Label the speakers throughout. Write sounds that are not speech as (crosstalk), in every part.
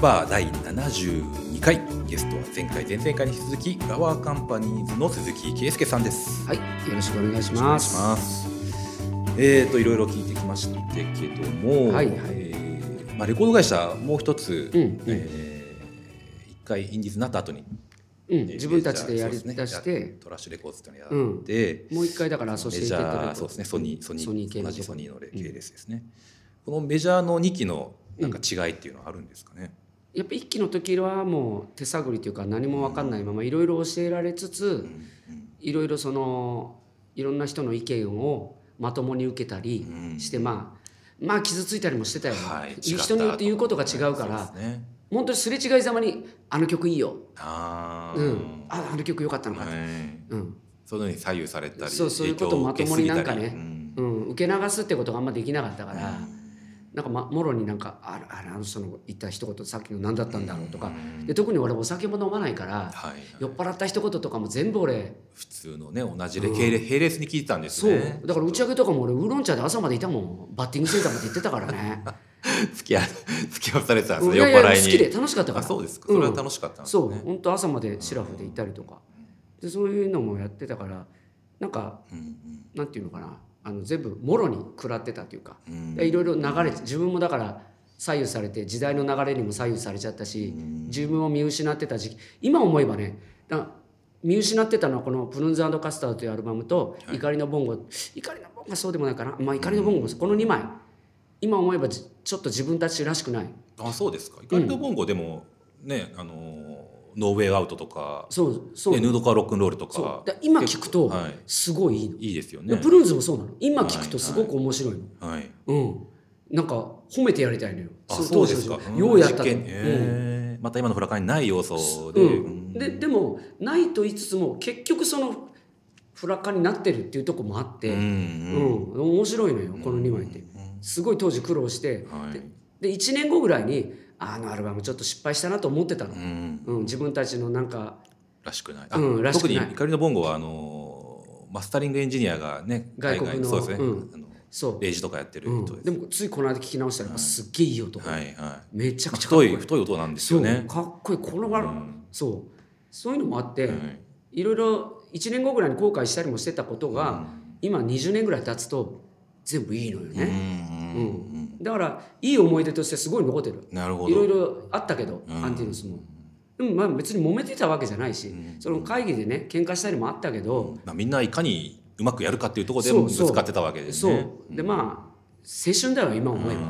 Speaker 1: バー第72回ゲストは前回前々回に引き続きフラワーカンパニーズの鈴木圭介さんです。
Speaker 2: はい、よろしくお願いし
Speaker 1: よろしくお願
Speaker 2: ま
Speaker 1: いし
Speaker 2: す。
Speaker 1: ます。えー、といろいろ聞いてきましたけども、
Speaker 2: はいはい
Speaker 1: えーまあレコード会社もう一つ、
Speaker 2: うんうん
Speaker 1: えー一回インディーズになった後に、
Speaker 2: うん、自分たちでやり
Speaker 1: そうすね
Speaker 2: 出して、
Speaker 1: やトラッシュレコーズっていうのをやって。
Speaker 2: もう一回だからソシエ
Speaker 1: メ
Speaker 2: テ
Speaker 1: ジ
Speaker 2: ィ
Speaker 1: ャ
Speaker 2: レ
Speaker 1: ー
Speaker 2: コ
Speaker 1: そうですねソニーソニー
Speaker 2: ソニー系の
Speaker 1: 同じソニーの系列ですね、このメジャーの2期のなんか違いっていうのはあるんですかね、
Speaker 2: やっぱ一期の時はもう手探りというか何も分かんないままいろいろ教えられつ
Speaker 1: う
Speaker 2: つ
Speaker 1: ん
Speaker 2: いろいろそのいろんな人の意見をまともに受けたり
Speaker 1: うん
Speaker 2: してまあまあ傷ついたりもしてたよ、
Speaker 1: はい、
Speaker 2: 人によって言うことが違うから
Speaker 1: そうですね、
Speaker 2: 本当にすれ違いざまに「あの曲いいよ」
Speaker 1: あー、
Speaker 2: うん「ああの曲良かったのか」
Speaker 1: はい、
Speaker 2: うん
Speaker 1: そのように左右されたり
Speaker 2: そうそういうこと
Speaker 1: 影響を受けすぎたり
Speaker 2: まともになんか
Speaker 1: うん
Speaker 2: うん、受け流すってことがあんまできなかったから。
Speaker 1: うん
Speaker 2: なんか、ま、もろになんかあらあらあの人の言った一言さっきの何だったんだろうとか、
Speaker 1: うん
Speaker 2: で特に俺お酒も飲まないから、
Speaker 1: はい、
Speaker 2: 酔っ払った一言とかも全部俺
Speaker 1: 普通のね同じで系列、並列に聞いてたんです
Speaker 2: そう、
Speaker 1: ね
Speaker 2: だから打ち上げとかも俺ウーロン茶で朝までいたもんバッティングセンターまで行ってたか
Speaker 1: (laughs)
Speaker 2: らね
Speaker 1: 付き合い付き合わされてたんです
Speaker 2: うん
Speaker 1: ね
Speaker 2: い
Speaker 1: 酔っ
Speaker 2: やいや
Speaker 1: 払い
Speaker 2: 好き
Speaker 1: に
Speaker 2: で楽しかったか
Speaker 1: あ
Speaker 2: ら
Speaker 1: そうですかそれは楽しかったんですね、
Speaker 2: そう本当朝までシラフでいたりとか、でそういうのもやってたからなんか
Speaker 1: うん
Speaker 2: なんていうのかなあの全部もろに食らってたというか、
Speaker 1: うんうん
Speaker 2: でいろいろ流れて自分もだから左右されて時代の流れにも左右されちゃったし、自分を見失ってた時期今思えばねだ見失ってたのはこの「プルンズカスタード」というアルバムと「怒りのボンゴ」怒りのボンゴはそうでもないかな、まあ、怒りのボンゴもそうこの2枚今思えばじちょっと自分たちらしくない
Speaker 1: あそうですか。怒りとボンゴでも、ねあのーノーウェイアウトとか、
Speaker 2: そうそう
Speaker 1: ね、ヌードカーロックンロールと
Speaker 2: そう
Speaker 1: か
Speaker 2: だ今聞くと
Speaker 1: はい
Speaker 2: すごいいいの、
Speaker 1: いいですよね
Speaker 2: で。プルーンズもそうなの今聞くとすごく面白いの、
Speaker 1: はい。
Speaker 2: うんなんか褒めてやりたいのよ
Speaker 1: あ
Speaker 2: の
Speaker 1: そうですか
Speaker 2: 当。時
Speaker 1: う
Speaker 2: の
Speaker 1: ん
Speaker 2: ようやったと
Speaker 1: 実験
Speaker 2: うん
Speaker 1: えーまた今のフラカンにない要素で。
Speaker 2: うん、
Speaker 1: うん
Speaker 2: ででもないと言いつつも結局そのフラッカになってるっていうとこもあって、
Speaker 1: う
Speaker 2: うん
Speaker 1: ん
Speaker 2: 面白いのよこの2枚って
Speaker 1: うん
Speaker 2: すごい当時苦労して
Speaker 1: はい。
Speaker 2: で1年後ぐらいにあのアルバムちょっと失敗したなと思ってたの
Speaker 1: う、ん
Speaker 2: うん、自分たちのなんから
Speaker 1: しくない。
Speaker 2: うんらし
Speaker 1: 特
Speaker 2: くない
Speaker 1: に怒りのボンゴはあのーマスタリングエンジニアがね
Speaker 2: 外国の
Speaker 1: そうですね。
Speaker 2: う
Speaker 1: あの
Speaker 2: そ
Speaker 1: レイジとかやって
Speaker 2: う、
Speaker 1: る
Speaker 2: うん
Speaker 1: 人です。
Speaker 2: でもついこの間聞き直したらやっぱすっげえいい音、
Speaker 1: はいはい。
Speaker 2: めちゃくちゃかっこ
Speaker 1: 太
Speaker 2: いい
Speaker 1: い太い音なんです
Speaker 2: そ
Speaker 1: よ
Speaker 2: う
Speaker 1: ね。
Speaker 2: かっこいいこの
Speaker 1: う
Speaker 2: わ、
Speaker 1: ん
Speaker 2: そうそういうのもあって、
Speaker 1: はい
Speaker 2: いろいろ1年後ぐらいに後悔したりもしてたことが、今20年ぐらい経つと全部いいのよ
Speaker 1: うんう
Speaker 2: ね、
Speaker 1: んうん
Speaker 2: だからいい思い出としてすごい残ってる
Speaker 1: なるほ
Speaker 2: いろい
Speaker 1: ど。
Speaker 2: ろあったけど、
Speaker 1: うん
Speaker 2: アンティノスもでもまあ別に揉めてたわけじゃないし、
Speaker 1: うん
Speaker 2: その会議でね喧嘩したりもあったけど、
Speaker 1: まあ、みんないかにうまくやるかっていうところで
Speaker 2: そう
Speaker 1: ぶつかってたわけです
Speaker 2: そう、
Speaker 1: ね。
Speaker 2: でまあ青春だよ今思えば、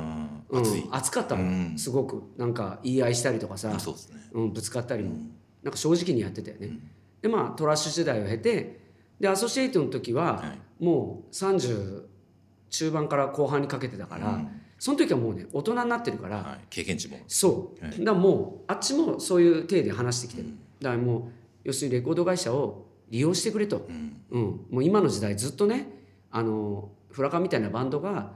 Speaker 1: う
Speaker 2: うんん
Speaker 1: 熱い。
Speaker 2: 熱かったもん、
Speaker 1: うん
Speaker 2: すごくなんか言い合いしたりとかさ
Speaker 1: あ、そうですね。
Speaker 2: うん、ぶつかったりも、なんか正直にやってたよね、でまあトラッシュ時代を経てでアソシエイトの時は、
Speaker 1: はい
Speaker 2: もう30中盤から後半にかけてだから、
Speaker 1: うん
Speaker 2: その時はもうね大人になってるから、
Speaker 1: はい、経験値も。
Speaker 2: そう、
Speaker 1: はい
Speaker 2: だからもうあっちもそういう体で話してきてる、だからもう要するにレコード会社を利用してくれと、
Speaker 1: うん
Speaker 2: うんもう今の時代ずっとねあのフラカンみたいなバンドが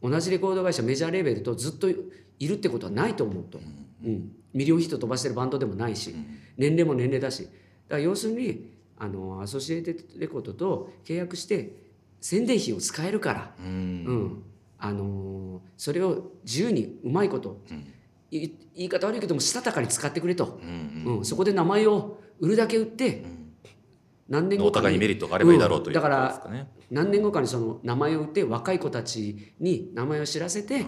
Speaker 2: 同じレコード会社メジャーレーベルとずっといるってことはないと思うと、うんミリオンヒット飛ばしてるバンドでもないし、年齢も年齢だしだから要するにあのアソシエイテッドレコードと契約して宣伝費を使えるから
Speaker 1: うん
Speaker 2: うんあのーそれを自由にうまいこと、
Speaker 1: うん
Speaker 2: い言い方悪いけどもしたたかに使ってくれと、
Speaker 1: うん
Speaker 2: うんそこで名前を売るだけ売って何
Speaker 1: う
Speaker 2: 年
Speaker 1: んお
Speaker 2: 後か
Speaker 1: 互いにメ
Speaker 2: に
Speaker 1: リットがあればいいだろうという
Speaker 2: うんだか
Speaker 1: こ
Speaker 2: ら
Speaker 1: とですかね。
Speaker 2: 何年後かにその名前を売って若い子たちに名前を知らせて、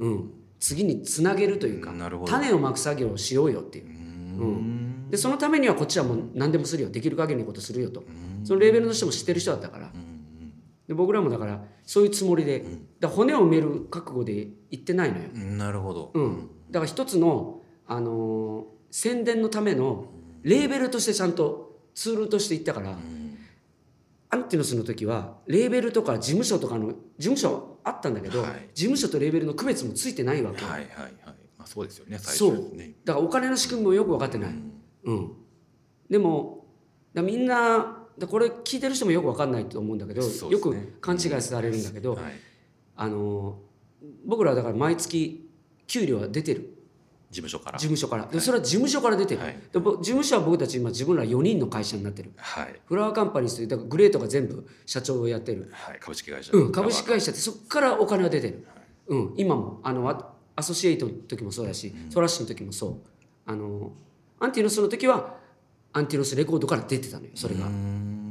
Speaker 2: うん、次につなげるというか
Speaker 1: なるほど
Speaker 2: 種をまく作業をしようよっていうう
Speaker 1: ん
Speaker 2: でそのためにはこっちはもう何でもするよできる限りのことするよとそのレーベルの人も知ってる人だったからで僕らもだからそういうつもりで、だから骨を埋める覚悟で言ってないのよ。
Speaker 1: うんなるほど。
Speaker 2: うん、だから一つの、あのー宣伝のためのレーベルとしてちゃんとツールとしていったから、アンティノスの時はレーベルとか事務所とかの事務所あったんだけど、
Speaker 1: はい
Speaker 2: 事務所とレーベルの区別もついてないわけ、
Speaker 1: はいはいはい。まあそうですよね。最
Speaker 2: そ
Speaker 1: 初
Speaker 2: う
Speaker 1: ですね。
Speaker 2: だからお金の仕組みもよく分かってない、うんでもだからみんなだこれ聞いてる人もよく分かんないと思うんだけど、
Speaker 1: そうで
Speaker 2: よ
Speaker 1: すね
Speaker 2: く勘違いされるんだけど、
Speaker 1: はい
Speaker 2: あのー僕らはだから毎月給料は出てる
Speaker 1: 事務所から
Speaker 2: 事。務所から、でそれは事務所から出てる、
Speaker 1: はい
Speaker 2: でぼ事務所は僕たち今自分ら4人の会社になってる
Speaker 1: はい
Speaker 2: フラワーカンパニーズというだからグレートが全部社長をやってる、
Speaker 1: はい株式会社。
Speaker 2: うん、株式会社ってそこからお金が出てる、うん、今もあのわアソシエイトの時もそうだし、ソラッシュの時もそうあのアンティノスの時はアンティノスレコードから出てたのよそれが。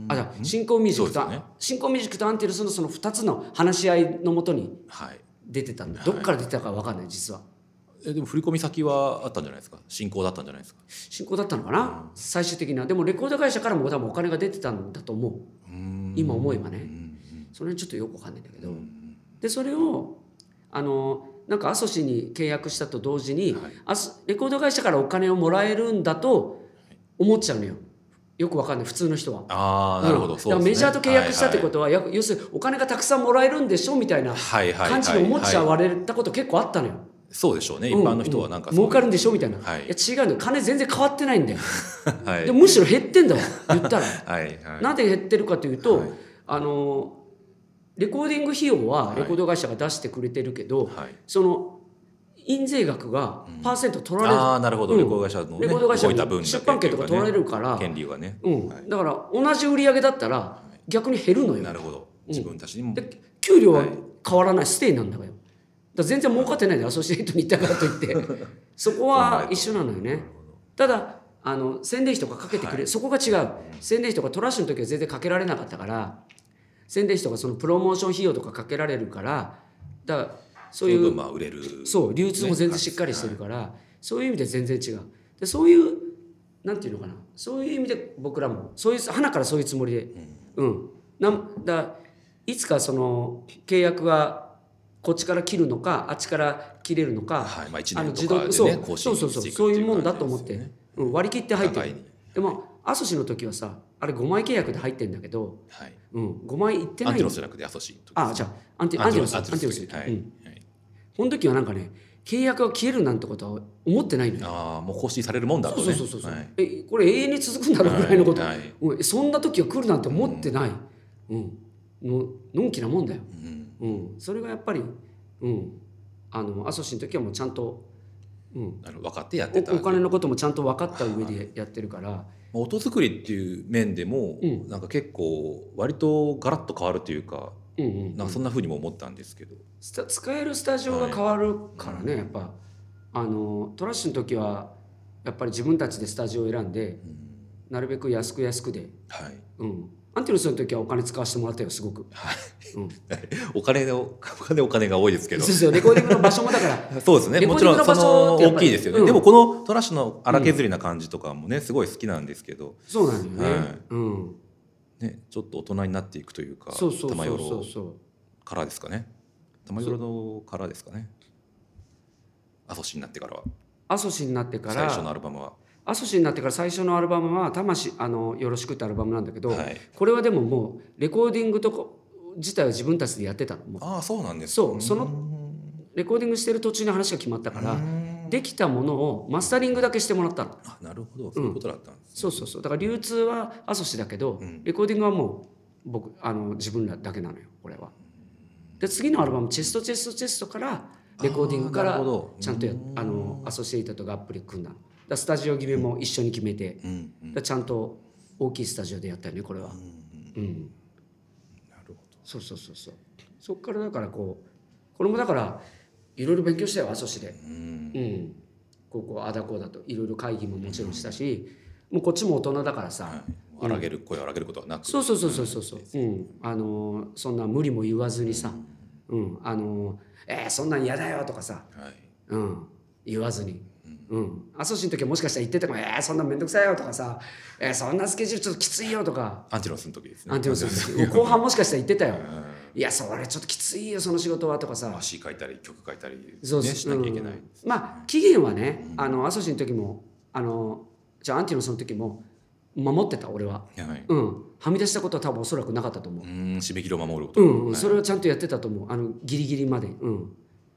Speaker 2: あじゃあ新興ミュージック
Speaker 1: そう
Speaker 2: と、
Speaker 1: ですね
Speaker 2: 新興ミュージックとアンティノスのその2つの話し合いのもとに
Speaker 1: はい
Speaker 2: 出てたんだどっから出てたか分かんない実は
Speaker 1: えでも振り込み先はあったんじゃないですか進行だったんじゃないですか
Speaker 2: 新興だったのかな最終的なでもレコード会社からも多分お金が出てたんだと思う今思えばねそれはちょっとよくわかんないんだけどでそれをあのなんかアソシに契約したと同時に、アスレコード会社からお金をもらえるんだと思っちゃうのよよくわかんない普通の人は。
Speaker 1: ああなるほど、
Speaker 2: うん
Speaker 1: そう
Speaker 2: だからメジャーと契約したってこととは、や要するにお金がたくさんもらえるんでしょみたいな
Speaker 1: はいはいはい
Speaker 2: 感じに思っちゃ
Speaker 1: はい
Speaker 2: われたこと結構あったのよ。
Speaker 1: そうでしょうね一
Speaker 2: うん
Speaker 1: 般の人はなんか
Speaker 2: うん
Speaker 1: そう
Speaker 2: 儲かるんでしょみたいな、
Speaker 1: はい
Speaker 2: い、や違うのよ金全然変わってないんだよ、
Speaker 1: はい
Speaker 2: でむしろ減ってんだわ言ったら、
Speaker 1: はいはい
Speaker 2: なんで減ってるかというと、
Speaker 1: はい
Speaker 2: あのレコーディング費用は
Speaker 1: はい
Speaker 2: レコード会社が出してくれてるけど、
Speaker 1: はい
Speaker 2: その印税額がパーセント取られる、
Speaker 1: ああなるほど、
Speaker 2: うん
Speaker 1: レコード会社の、ね、
Speaker 2: レコード会社
Speaker 1: 動いた分だ
Speaker 2: に
Speaker 1: け
Speaker 2: 出版権とか取られるから、
Speaker 1: 権利はね
Speaker 2: うん
Speaker 1: は
Speaker 2: だから同じ売り上げだったら逆に減るのよ
Speaker 1: なるほど自分たちにも、
Speaker 2: で給料は変わらないステイなんだからよだから全然儲かってないでアソシエイトに行ったからといって (laughs) そこは一緒なのよねただあの宣伝費とかかけてくれる、そこが違う宣伝費とかトラッシュの時は全然かけられなかったから宣伝費とかそのプロモーション費用とかかけられるからだから
Speaker 1: そ
Speaker 2: そうう
Speaker 1: い
Speaker 2: いうう
Speaker 1: 分まあ売れる
Speaker 2: そう流通も全然しっかりしてるから、そういう意味で全然違うでそういうなんていうのかなそういう意味で僕らもそういう花からそういうつもりでうん、なんだいつかその契約がこっちから切るのかあっちから切れるのか、
Speaker 1: はいまあ、一
Speaker 2: あの
Speaker 1: 年
Speaker 2: 自
Speaker 1: と
Speaker 2: 動
Speaker 1: かで、ね、
Speaker 2: そう
Speaker 1: 更
Speaker 2: そ
Speaker 1: 新
Speaker 2: うそうそ
Speaker 1: し
Speaker 2: う
Speaker 1: ていく
Speaker 2: そう
Speaker 1: て
Speaker 2: いうもんだ
Speaker 1: 感じ
Speaker 2: と思っ
Speaker 1: で
Speaker 2: て、
Speaker 1: すよね
Speaker 2: うん、割り切って入って
Speaker 1: 互い
Speaker 2: る
Speaker 1: に
Speaker 2: でもアソシの時はさあれ5枚契約で入ってんだけど、
Speaker 1: はい
Speaker 2: うん、5枚いって
Speaker 1: ア
Speaker 2: な
Speaker 1: ン
Speaker 2: い
Speaker 1: ティノスじゃなくてアソシの時
Speaker 2: あじゃあアンティアンティノスアンティノ
Speaker 1: の
Speaker 2: ス
Speaker 1: 時は
Speaker 2: う
Speaker 1: い
Speaker 2: ん、この時はなんかね契約が消えるなんてことは思ってないのよ。
Speaker 1: ああもう更新されるもんだと、ね、
Speaker 2: そうそうそうそう、
Speaker 1: はい
Speaker 2: えこれ永遠に続くんだろうぐらいのこと、
Speaker 1: はい
Speaker 2: うんそんな時が来るなんて思ってない、うんののんきなもんだよ、
Speaker 1: うん
Speaker 2: うん、それがやっぱり、うん、あのアソシの時はもうちゃんと、うん、
Speaker 1: あの分かってやっ
Speaker 2: お
Speaker 1: てた
Speaker 2: お金のこともちゃんと分かった上でやってるから、
Speaker 1: まあ音作りっていう面でも、
Speaker 2: うん
Speaker 1: なんか結構割とガラッと変わるというか
Speaker 2: うんうん
Speaker 1: なんかそんなふうにも思ったんですけど、
Speaker 2: スタ使えるスタジオが変わるからね、やっぱあのトラッシュの時はやっぱり自分たちでスタジオを選んで
Speaker 1: うん
Speaker 2: なるべく安く安くで
Speaker 1: はい
Speaker 2: うん、アンティロスの時はお金使わせてもらったよすごく、うん、
Speaker 1: お金のお金お金が多いですけど
Speaker 2: そうそうレコーディングの場所もだから
Speaker 1: そうですね
Speaker 2: レコ
Speaker 1: も
Speaker 2: ー
Speaker 1: ち
Speaker 2: ディン
Speaker 1: ろ
Speaker 2: グ
Speaker 1: ん
Speaker 2: の
Speaker 1: そ
Speaker 2: 場
Speaker 1: の
Speaker 2: 所ってやっ
Speaker 1: 大
Speaker 2: ぱり
Speaker 1: きいですよね、
Speaker 2: うん
Speaker 1: でもこのトラッシュの荒削りな感じとかもねすごい好きなんですけど、
Speaker 2: そうなのよね、
Speaker 1: はい
Speaker 2: うん、
Speaker 1: ね、ちょっと大人になっていくというか
Speaker 2: そうそう
Speaker 1: 玉
Speaker 2: そ
Speaker 1: よ
Speaker 2: うそう
Speaker 1: ろ
Speaker 2: そう
Speaker 1: からですかね玉よろのからですかねアソシになってからは
Speaker 2: アソシになってか
Speaker 1: 最初の
Speaker 2: ら
Speaker 1: アルバムは
Speaker 2: アソシになってから最初のアルバムは「魂あのよろしく」ってアルバムなんだけど、
Speaker 1: はい
Speaker 2: これはでももうレコーディングとか自体は自分たちでやってたのもう
Speaker 1: ああそうなんです
Speaker 2: そうその
Speaker 1: の
Speaker 2: レコーディングしてる途中に話が決まったから
Speaker 1: で
Speaker 2: できたものをマスタリングだけしてもらったの
Speaker 1: あなるほどそういうことだったんです、
Speaker 2: そうそうそうだから流通はアソシだけど、
Speaker 1: うん
Speaker 2: レコーディングはもう僕あの自分らだけなのよこれは。で次のアルバム「チェストチェストチェスト」からレコーディングか
Speaker 1: あーな
Speaker 2: ら
Speaker 1: るほど
Speaker 2: ちゃんとや
Speaker 1: うん
Speaker 2: あのアソシエイトとがっぷり組んだのだからスタジオ決めも一緒に決めて、だか
Speaker 1: うんうん
Speaker 2: らちゃんと大きいスタジオでやったよねこれは
Speaker 1: う。ん
Speaker 2: うん
Speaker 1: なるほ
Speaker 2: そうそうそうそうそっからだからこうこれもだからいろいろ勉強したよ阿蘇市で
Speaker 1: ど、うん
Speaker 2: うんここああだこうだといろいろ会議ももちろんしたし、もうこっちも大人だからさ、
Speaker 1: はい、荒げる声を荒げることはなく
Speaker 2: そうそうそうそうそうそう、うん、あのーそんな無理も言わずにさ、うん、あのーえーそんなん嫌だよとかさ、
Speaker 1: はい
Speaker 2: うん、言わずに。うん、アソシの時はもしかしたら言ってたかも「えー、そんなんめんどくさいよ」とかさ「えー、そんなスケジュールちょっときついよ」とか
Speaker 1: アンティノスの時ですね
Speaker 2: アンティノス (laughs) の時後半もしかしたら言ってたよ「いやそれちょっときついよその仕事は」とかさ
Speaker 1: 足書いたり曲書いたり、ね、
Speaker 2: そう
Speaker 1: しなきゃいけない、
Speaker 2: うんまあ期限はね、あのアソシの時もあのじゃあアンティノスの時も守ってた俺は、
Speaker 1: はい、
Speaker 2: うん、はみ出したことは多分おそらくなかったと思う
Speaker 1: うーん締め切りを守ること、
Speaker 2: うん、うん
Speaker 1: はい
Speaker 2: それはちゃんとやってたと思うあのギリギリまで、うん、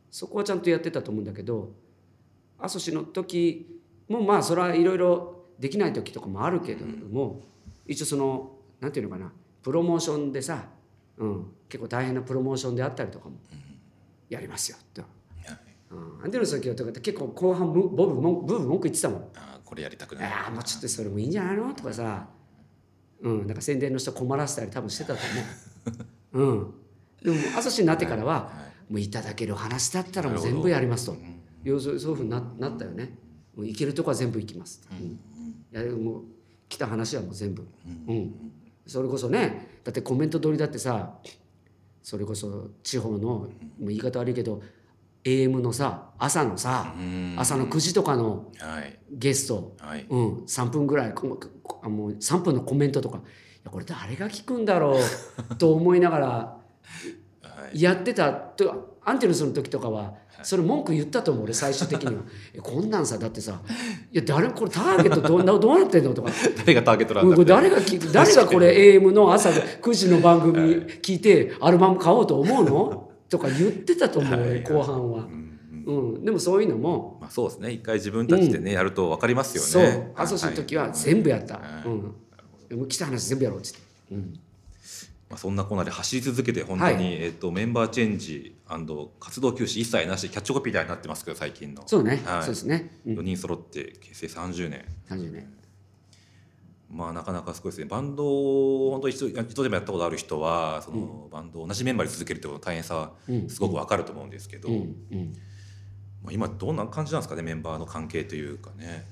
Speaker 2: そこはちゃんとやってたと思うんだけど阿蘇市の時もまあそれはいろいろできない時とかもあるけれども、一応そのなんていうのかなプロモーションでさ、うん、結構大変なプロモーションであったりとかもやりますよって。うん、アンデルソン時とかって結構後半ブボブもブーブ文句言ってたもん
Speaker 1: あーこれやりたくない
Speaker 2: ああもうちょっとそれもいいんじゃないのとかさうんなんか宣伝の人困らせたり多分してたと思ううんでも朝日になってからは、
Speaker 1: は
Speaker 2: もういただける話だったらもう
Speaker 1: なるほど
Speaker 2: 全部やりますと、
Speaker 1: ん
Speaker 2: 要するにそういうふうにななったよねもう行けるとこは全部行きます、うんいやでももう来た話はもう全部、うん、それこそねだってコメント通りだってさそれこそ地方のもう言い方悪いけど AM のさ朝のさ
Speaker 1: うん
Speaker 2: 朝の9時とかの
Speaker 1: はい
Speaker 2: ゲスト、
Speaker 1: はい
Speaker 2: うん、3分ぐらいここあもう3分のコメントとかいやこれ誰が聞くんだろうと思いながら
Speaker 1: はい
Speaker 2: やってたとアンティルスの時とかはそれ文句言ったと思う俺最終的
Speaker 1: (laughs)
Speaker 2: にはえこんなんさだってさいや誰これターゲットどん
Speaker 1: (laughs)
Speaker 2: などうなってんのとか
Speaker 1: 誰がターゲットなん
Speaker 2: うん
Speaker 1: だ
Speaker 2: これ
Speaker 1: みたい
Speaker 2: 誰が聞く誰がこれ AM の朝9時の番組聞いてアルバム買おうと思う
Speaker 1: (laughs)
Speaker 2: のとか言ってたと思う
Speaker 1: はい
Speaker 2: 俺後半は
Speaker 1: なう、ん
Speaker 2: うん、でもそういうのも
Speaker 1: まあそうですね一回自分たちでねやると分かりますよね
Speaker 2: そう
Speaker 1: はい
Speaker 2: 朝日の時は
Speaker 1: はい
Speaker 2: 全部やった、
Speaker 1: はい
Speaker 2: うん、でも来た話全部やろうっつって、うん
Speaker 1: まあそんなコーナーで走り続けて本当
Speaker 2: は
Speaker 1: にえっとメンバーチェンジ活動休止一切なしでキャッチコピーみたいになってますけど最近の
Speaker 2: そうね、
Speaker 1: はい
Speaker 2: そうですね、うん
Speaker 1: 4、人揃って結成30年
Speaker 2: 30年
Speaker 1: まあなかなかすごいですねバンドを本当に一度一度でもやったことある人はそのバンドを同じメンバーで続けるってことの大変さは
Speaker 2: うん
Speaker 1: すごくわかると思うんですけど、
Speaker 2: うんうん
Speaker 1: まあ、今どんな感じなんですかねメンバーの関係というかね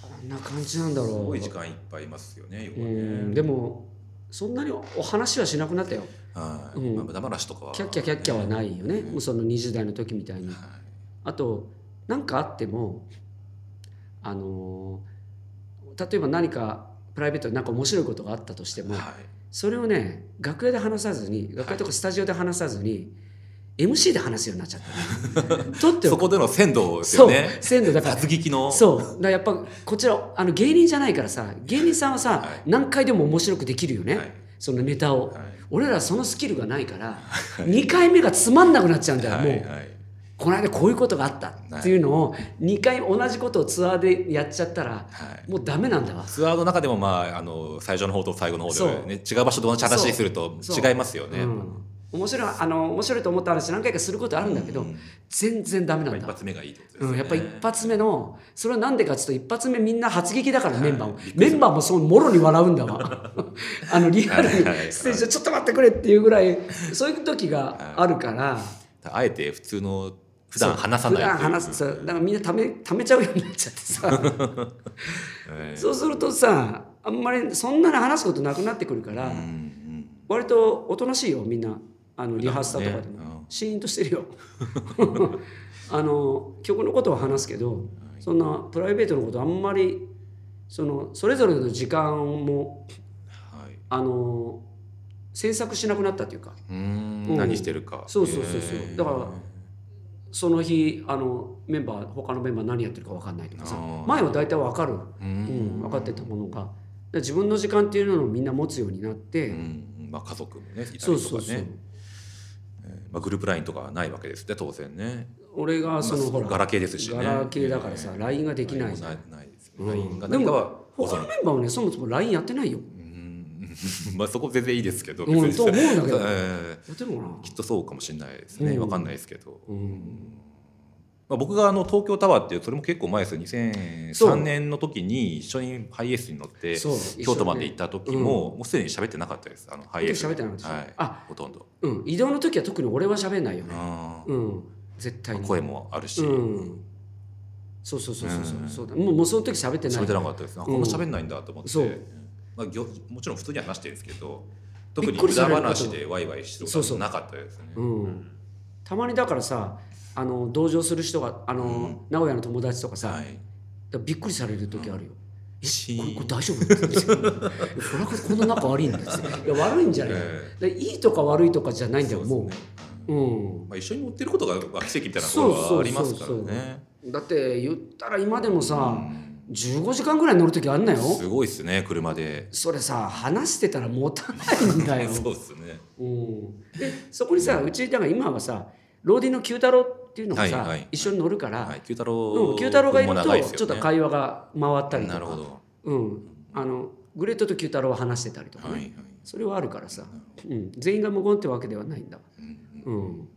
Speaker 2: こんな感じなんだろ
Speaker 1: す
Speaker 2: う
Speaker 1: ごい時間いっぱいいますよね要
Speaker 2: う
Speaker 1: はね
Speaker 2: んでもそんなにお話はしなくなったよ
Speaker 1: はい、
Speaker 2: うん
Speaker 1: まあ無駄話とかは
Speaker 2: キャッキャキャッキャはないよね、もうその20代の時みたいに
Speaker 1: は
Speaker 2: あと何かあってもあのー例えば何かプライベートで何か面白いことがあったとして
Speaker 1: い、
Speaker 2: も
Speaker 1: はい
Speaker 2: それをね楽屋で話さずに楽屋とかスタジオで話さずに、MC で話すようになっちゃった、
Speaker 1: (laughs)
Speaker 2: ね、取って
Speaker 1: そ
Speaker 2: おく
Speaker 1: こでの鮮度です
Speaker 2: そ
Speaker 1: よ
Speaker 2: う
Speaker 1: ね
Speaker 2: 鮮度だから
Speaker 1: 活劇の
Speaker 2: そうだからやっぱこちらあの芸人じゃないからさ芸人さんはさ、
Speaker 1: はい
Speaker 2: 何回でも面白くできるよね、
Speaker 1: はい
Speaker 2: そのネタを、
Speaker 1: はい
Speaker 2: 俺らはそのスキルがないから、2回目がつまんなくなっちゃうんだよ、
Speaker 1: はい
Speaker 2: もう、
Speaker 1: はい
Speaker 2: この間こういうことがあったっていうのを2回同じことをツアーでやっちゃったら
Speaker 1: はい
Speaker 2: もうダメなんだわ
Speaker 1: ツアーの中でもまああの最初の方と最後の方で、ね、違う場所で同じ話すると
Speaker 2: そう
Speaker 1: 違いますよね、
Speaker 2: うん、面白いあの面白いと思った話何回かすることあるんだけど、
Speaker 1: うん
Speaker 2: 全然ダメな
Speaker 1: まあ
Speaker 2: ん
Speaker 1: 一
Speaker 2: だ、
Speaker 1: 発目がいいってことですね、
Speaker 2: うん、やっぱ一発目のそれはなんでかっつうと一発目みんな発撃だからメンバーも、
Speaker 1: はい
Speaker 2: メンバーもそうもろに笑うんだ
Speaker 1: (laughs)
Speaker 2: わあのリアルに
Speaker 1: はいはい
Speaker 2: ステージで「ちょっと待ってくれ」っていうぐらいそういう時があるから。
Speaker 1: あえて普通の普段話さない
Speaker 2: 普段話
Speaker 1: という
Speaker 2: すそうだからみんなためためちゃうようになっちゃってさ
Speaker 1: (laughs) えー
Speaker 2: そうするとさあんまりそんなに話すことなくなってくるか
Speaker 1: う
Speaker 2: ら、
Speaker 1: んうん
Speaker 2: 割とおとなしいよみんなあのリハーサルとかでも、
Speaker 1: ねうん
Speaker 2: シーンとして
Speaker 1: (laughs)
Speaker 2: るよあの曲のことは話すけど、そんなプライベートのことあんまりそのそれぞれの時間も
Speaker 1: はい
Speaker 2: あの制作しなくなったというか
Speaker 1: うーん
Speaker 2: うん
Speaker 1: 何してるか
Speaker 2: そうそうそうそうだからその日あのメンバー他のメンバー何やってるか分かんないとかさ
Speaker 1: あー
Speaker 2: 前は大体分かる、
Speaker 1: う
Speaker 2: うん
Speaker 1: ん
Speaker 2: 分かってたものがだから自分の時間っていうのをみんな持つようになって、
Speaker 1: うんまあ、家族もねいたりとか
Speaker 2: そ
Speaker 1: ね
Speaker 2: うそうそう、
Speaker 1: えーまあ、グループラインとかはないわけですね当然ね
Speaker 2: 俺がその、ほら
Speaker 1: ガラケーですしね
Speaker 2: ガラケーだからさ LINE ができないじゃん
Speaker 1: LINE もないですよ
Speaker 2: うん
Speaker 1: LINE が
Speaker 2: で
Speaker 1: 何
Speaker 2: も
Speaker 1: かは
Speaker 2: 他のメンバーはねそもそも LINE やってないよ
Speaker 1: うーん (laughs) まあそこ全然いいですけど
Speaker 2: うんと思うんだけど
Speaker 1: (laughs) えー
Speaker 2: やってるのかな
Speaker 1: きっとそうかもしれないですね、
Speaker 2: うん
Speaker 1: わかんないですけど、
Speaker 2: うん
Speaker 1: まあ、僕があの東京タワーっていうそれも結構前ですよ
Speaker 2: そ
Speaker 1: 2003
Speaker 2: う
Speaker 1: 年の時に一緒にハイエースに乗って
Speaker 2: そう
Speaker 1: 京都まで行った時も、もうすでに喋ってなかったですあのハイエース
Speaker 2: 喋ってなかった
Speaker 1: はい、
Speaker 2: あ
Speaker 1: ほとんど、
Speaker 2: うん移動の時は特に俺は喋んないよね
Speaker 1: あー
Speaker 2: うん絶対に
Speaker 1: 声もあるし、
Speaker 2: うんそうそうそうそうそううんそうだもうもうその時喋ってない
Speaker 1: 喋ってなかったです、あこんな喋んないんだと思って、
Speaker 2: そう
Speaker 1: まあ、ぎょもちろん普通には話してるんですけど特
Speaker 2: び
Speaker 1: に
Speaker 2: っくり
Speaker 1: 無
Speaker 2: さ
Speaker 1: 駄
Speaker 2: れること
Speaker 1: 話でワイワイして
Speaker 2: そう
Speaker 1: る
Speaker 2: そ
Speaker 1: こ
Speaker 2: う
Speaker 1: となかったですね
Speaker 2: うんたまにだからさあの同情する人があの、
Speaker 1: うん
Speaker 2: 名古屋の友達とかさ、だ
Speaker 1: は
Speaker 2: か
Speaker 1: い
Speaker 2: らびっくりされる時あるよ、
Speaker 1: し
Speaker 2: これこれ大丈夫って言うんですよそりゃこれこんな仲悪いんだっつっていや悪いんじゃない、
Speaker 1: え
Speaker 2: でいいとか悪いとかじゃないんだ
Speaker 1: そ
Speaker 2: よ
Speaker 1: う
Speaker 2: も
Speaker 1: ですね
Speaker 2: う、うん、
Speaker 1: まあ、一緒に乗ってることがまあ奇跡みたいなことがありますから
Speaker 2: そうそうそう
Speaker 1: ね。
Speaker 2: だって言ったら今でもさ、
Speaker 1: うん
Speaker 2: 15時間ぐらい乗る時あんなよ
Speaker 1: すごいですね車で。
Speaker 2: それさ話してたら持たないんだよ、
Speaker 1: そうですね。
Speaker 2: うん、でそこにさうちだから今はさローディの Q 太郎っていうのがさ、
Speaker 1: はいはい
Speaker 2: 一緒に乗るから、
Speaker 1: はい、九太
Speaker 2: う
Speaker 1: 郎。
Speaker 2: ん、Q 太郎がいると
Speaker 1: 長ですよね
Speaker 2: ちょっと会話が回ったりとか
Speaker 1: なるほど。
Speaker 2: うん、あのグレートと Q 太郎は話してたりとか、
Speaker 1: は
Speaker 2: ね
Speaker 1: いはい。
Speaker 2: それはあるからさ、うん、全員が無言ってわけではないんだわ、
Speaker 1: うん
Speaker 2: うん、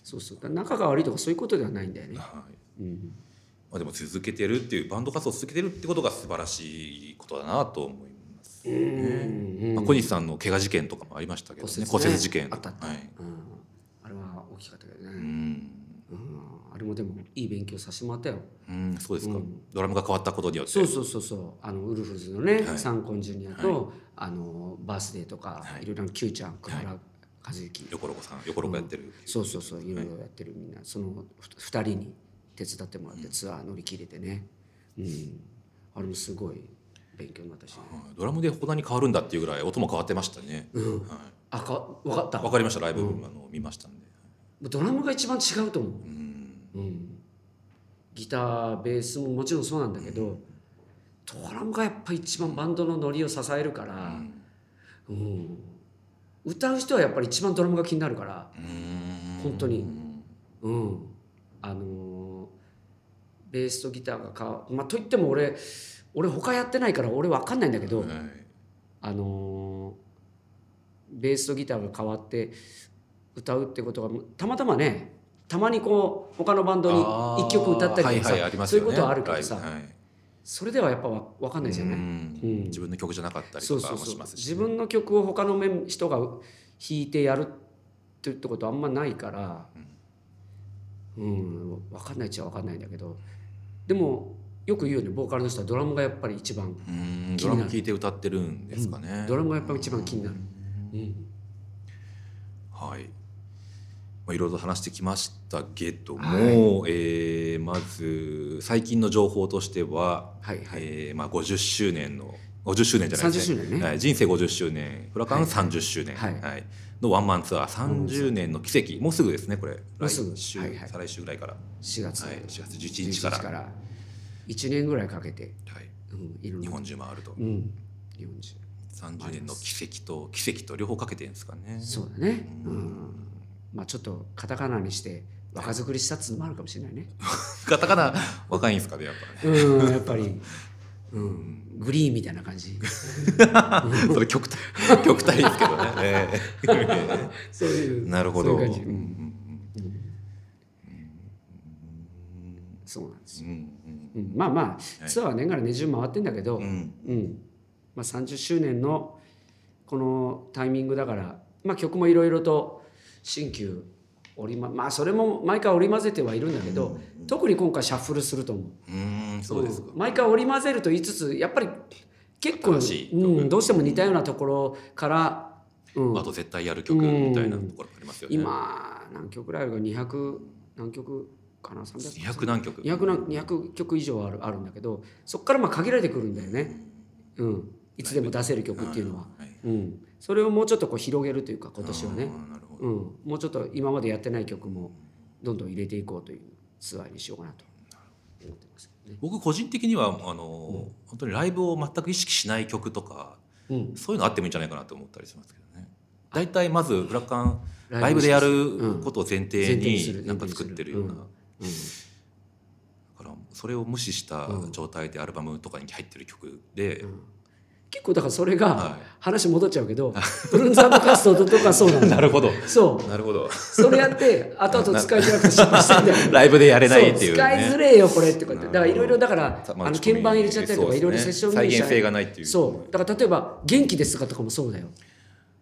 Speaker 2: そうそうだから仲が悪いとかそういうことではないんだよね、
Speaker 1: はい。
Speaker 2: うん、
Speaker 1: まあでも続けてるっていうバンド活動を続けてるってことが素晴らしいことだなと思います。
Speaker 2: うん
Speaker 1: まあ、小西さんの怪我事件とかもありましたけどね。骨折事件。
Speaker 2: あったあった
Speaker 1: はい。
Speaker 2: うんあれは大きかったけど
Speaker 1: う
Speaker 2: ね、
Speaker 1: ん。
Speaker 2: うん、あれれもでもいい勉強させてもらったよ
Speaker 1: うん、そうですか、
Speaker 2: うん
Speaker 1: ドラムが変わったことによって
Speaker 2: そうそうそうそうあのウルフルズのね、
Speaker 1: はい
Speaker 2: サンコンジュニアと、あのバースデーとか、
Speaker 1: はい
Speaker 2: い、ろいろな Q ちゃん久原和之、
Speaker 1: 横ロコさん横ロコやってる、
Speaker 2: そうそうそういろいろやってるみんなそのふ2人に手伝ってもらってツアー乗り切れてね、うん、あれもすごい勉強になったし、ね
Speaker 1: はいドラムでこんなに変わるんだっていうぐらい音も変わってましたね、
Speaker 2: うん、
Speaker 1: は
Speaker 2: あか分かっ
Speaker 1: い、
Speaker 2: た
Speaker 1: わかりましたライブ、あの見ましたんで
Speaker 2: ドラムが一番違うと思う
Speaker 1: うん
Speaker 2: うん、ギターベースももちろんそうなんだけど、ドラムがやっぱ一番バンドのノリを支えるか
Speaker 1: う
Speaker 2: ら、
Speaker 1: ん
Speaker 2: うん歌う人はやっぱり一番ドラムが気になるから、
Speaker 1: うん
Speaker 2: 本当に
Speaker 1: うん
Speaker 2: うん、あのーベースとギターが変わまあといっても俺俺他やってないから俺分かんないんだけど、
Speaker 1: はい
Speaker 2: あのーベースとギターが変わって歌うってことがたまたまねたまにこう他のバンドに1曲歌ったりとか
Speaker 1: あーは
Speaker 2: さ、
Speaker 1: いはいあります
Speaker 2: そうい
Speaker 1: よ
Speaker 2: う
Speaker 1: ね
Speaker 2: ことはあるけどさ、
Speaker 1: はいはい
Speaker 2: それではやっぱわ分かんないじゃない、
Speaker 1: うん
Speaker 2: うん
Speaker 1: 自分の曲じゃなかったり
Speaker 2: そ
Speaker 1: と
Speaker 2: うそ
Speaker 1: か
Speaker 2: う
Speaker 1: も
Speaker 2: そ
Speaker 1: し
Speaker 2: う
Speaker 1: ますし
Speaker 2: 自分の曲を他のメン人が弾いてやるってってことあんまないからうん、分かんないっちゃ分かんないんだけどでもよく言うよねボーカルの人はドラムがやっぱり一番
Speaker 1: うん
Speaker 2: 気
Speaker 1: ド
Speaker 2: に
Speaker 1: ラ
Speaker 2: なる
Speaker 1: ム聴いて歌ってるんですかね、
Speaker 2: ドラムがやっぱり一番気になる。うん
Speaker 1: はい。まあ、いろいろと話してきましたけども、えーまず最近の情報としては、
Speaker 2: はいはい
Speaker 1: えーまあ、50周年の50周年じゃないですね
Speaker 2: 30周年ね
Speaker 1: はい、人生50周年フラカン30周年、
Speaker 2: はいはい
Speaker 1: のワンマンツアー30年の奇跡もうすぐですねこれ
Speaker 2: うすぐ
Speaker 1: 来週、
Speaker 2: はいはい
Speaker 1: 再来週ぐらいから、は
Speaker 2: 4月
Speaker 1: い、4月11
Speaker 2: 11
Speaker 1: 日から
Speaker 2: 日から1年ぐらいかけて、
Speaker 1: はい、
Speaker 2: うん、いろん
Speaker 1: 日
Speaker 2: な、
Speaker 1: 本中回ると
Speaker 2: うん、日本中
Speaker 1: 30年の奇跡と奇跡と両方かけてるんですかね。
Speaker 2: そうだね、
Speaker 1: う
Speaker 2: うんんまあちょっとカタカナにして若作りしたっつうのもあるかもしれないね、
Speaker 1: カタカナ若いんですかねやっぱね。
Speaker 2: うんやっぱり、うん、グリーンみたいな感じ
Speaker 1: それ極端極端ですけどね。ええ
Speaker 2: (laughs) そういう
Speaker 1: なるほど。
Speaker 2: そういう感じ、
Speaker 1: うう
Speaker 2: うん
Speaker 1: んん
Speaker 2: そうなんです
Speaker 1: う
Speaker 2: よ、
Speaker 1: ん
Speaker 2: うん、まあま
Speaker 1: は
Speaker 2: あ
Speaker 1: い
Speaker 2: ツアーは年がら年中回ってんだけど、
Speaker 1: うんうん
Speaker 2: うんまあ、30周年のこのタイミングだから、まあ、曲もいろいろと新旧織りままあそれも毎回織り交ぜてはいるんだけど、特に今回シャッフルすると思う
Speaker 1: うんそうですか。
Speaker 2: ん毎回織り交ぜると言いつつやっぱり結
Speaker 1: 新
Speaker 2: 構
Speaker 1: しい曲
Speaker 2: うん、どうしても似たようなところから、うん
Speaker 1: あと絶対やる曲みたいなところもありますよね。
Speaker 2: 今何曲ぐらいあるか200何曲かな300
Speaker 1: 200何曲。
Speaker 2: 200な200曲以上あるあるんだけどそこからまあ限られてくるんだよね、うん、いつでも出せる曲っていうのは、
Speaker 1: はい。
Speaker 2: うん、それをもうちょっとこう広げるというか今年はね、
Speaker 1: あー。なるほど。
Speaker 2: うん、もうちょっと今までやってない曲もどんどん入れていこうというツアーにしようかなと思ってますけどね。
Speaker 1: 僕個人的にはあの本当にライブを全く意識しない曲とか
Speaker 2: うん、
Speaker 1: そういうのあってもいいんじゃないかなと思ったりしますけどね。大体まずフラカンラ
Speaker 2: ラ
Speaker 1: イ
Speaker 2: イ
Speaker 1: ブで
Speaker 2: ブで
Speaker 1: や
Speaker 2: や
Speaker 1: ることを前提
Speaker 2: 前提にする
Speaker 1: になんか作ってるような。
Speaker 2: うん
Speaker 1: だからそれを無視した状態でアルバムとかに入ってる曲で、
Speaker 2: 結構だからそれ
Speaker 1: は
Speaker 2: が話戻っちゃうけど、ブルーンザードカストとかそうなんだ
Speaker 1: (laughs)
Speaker 2: よ
Speaker 1: なるほど
Speaker 2: そう
Speaker 1: なるほ
Speaker 2: (laughs)
Speaker 1: ど
Speaker 2: それやって後々使いづらくて失敗してんだ
Speaker 1: (laughs)
Speaker 2: よね
Speaker 1: ライブでやれないってい,、
Speaker 2: そ
Speaker 1: ね、
Speaker 2: う使いづれえよこれってこうやってだからいろいろだから、
Speaker 1: ま
Speaker 2: あの
Speaker 1: 打ち込み
Speaker 2: 鍵盤入れちゃったり
Speaker 1: そ
Speaker 2: と
Speaker 1: う
Speaker 2: か
Speaker 1: ですね
Speaker 2: いろいろセッション
Speaker 1: 再
Speaker 2: 入れちゃ
Speaker 1: 現性がないっていう
Speaker 2: そうだから例えば「元気ですか?」とかもそうだよ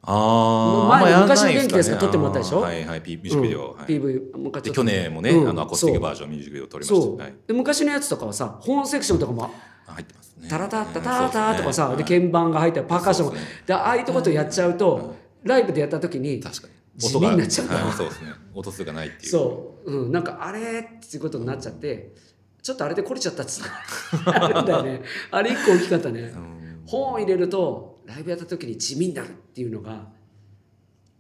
Speaker 1: ああ
Speaker 2: 前
Speaker 1: やんない
Speaker 2: 昔の元気ですか撮ってもらったでしょ
Speaker 1: あーはいはいピミュージックビデオ、
Speaker 2: うん
Speaker 1: はい
Speaker 2: PV もう一回
Speaker 1: で
Speaker 2: ちょっ
Speaker 1: 去
Speaker 2: と
Speaker 1: 年もね、
Speaker 2: うん
Speaker 1: あのアコースティックバージョンミュージックビデオ撮りまし
Speaker 2: そ
Speaker 1: た
Speaker 2: う、
Speaker 1: はい
Speaker 2: で昔のやつとかはさホーンセクションとかも
Speaker 1: あ入ってますね
Speaker 2: タラタッタタ
Speaker 1: う
Speaker 2: ラ
Speaker 1: んそ
Speaker 2: タ
Speaker 1: うすね
Speaker 2: ーとかさ、
Speaker 1: はい
Speaker 2: で鍵盤が入ったりパーカッションも、
Speaker 1: そうです
Speaker 2: でああいうとことやっちゃうと、ライブでやった時に
Speaker 1: 確かに
Speaker 2: 地味になっちゃう
Speaker 1: 音がはいそうですね音数がないっていう
Speaker 2: そう、うん、なんかあれっていうことになっちゃって、ちょっとあれで懲りちゃったっつう
Speaker 1: (laughs)
Speaker 2: のあるんだよねあれ一個大きかったね
Speaker 1: うん
Speaker 2: 本を入れるとライブやった時に地味になるっていうのが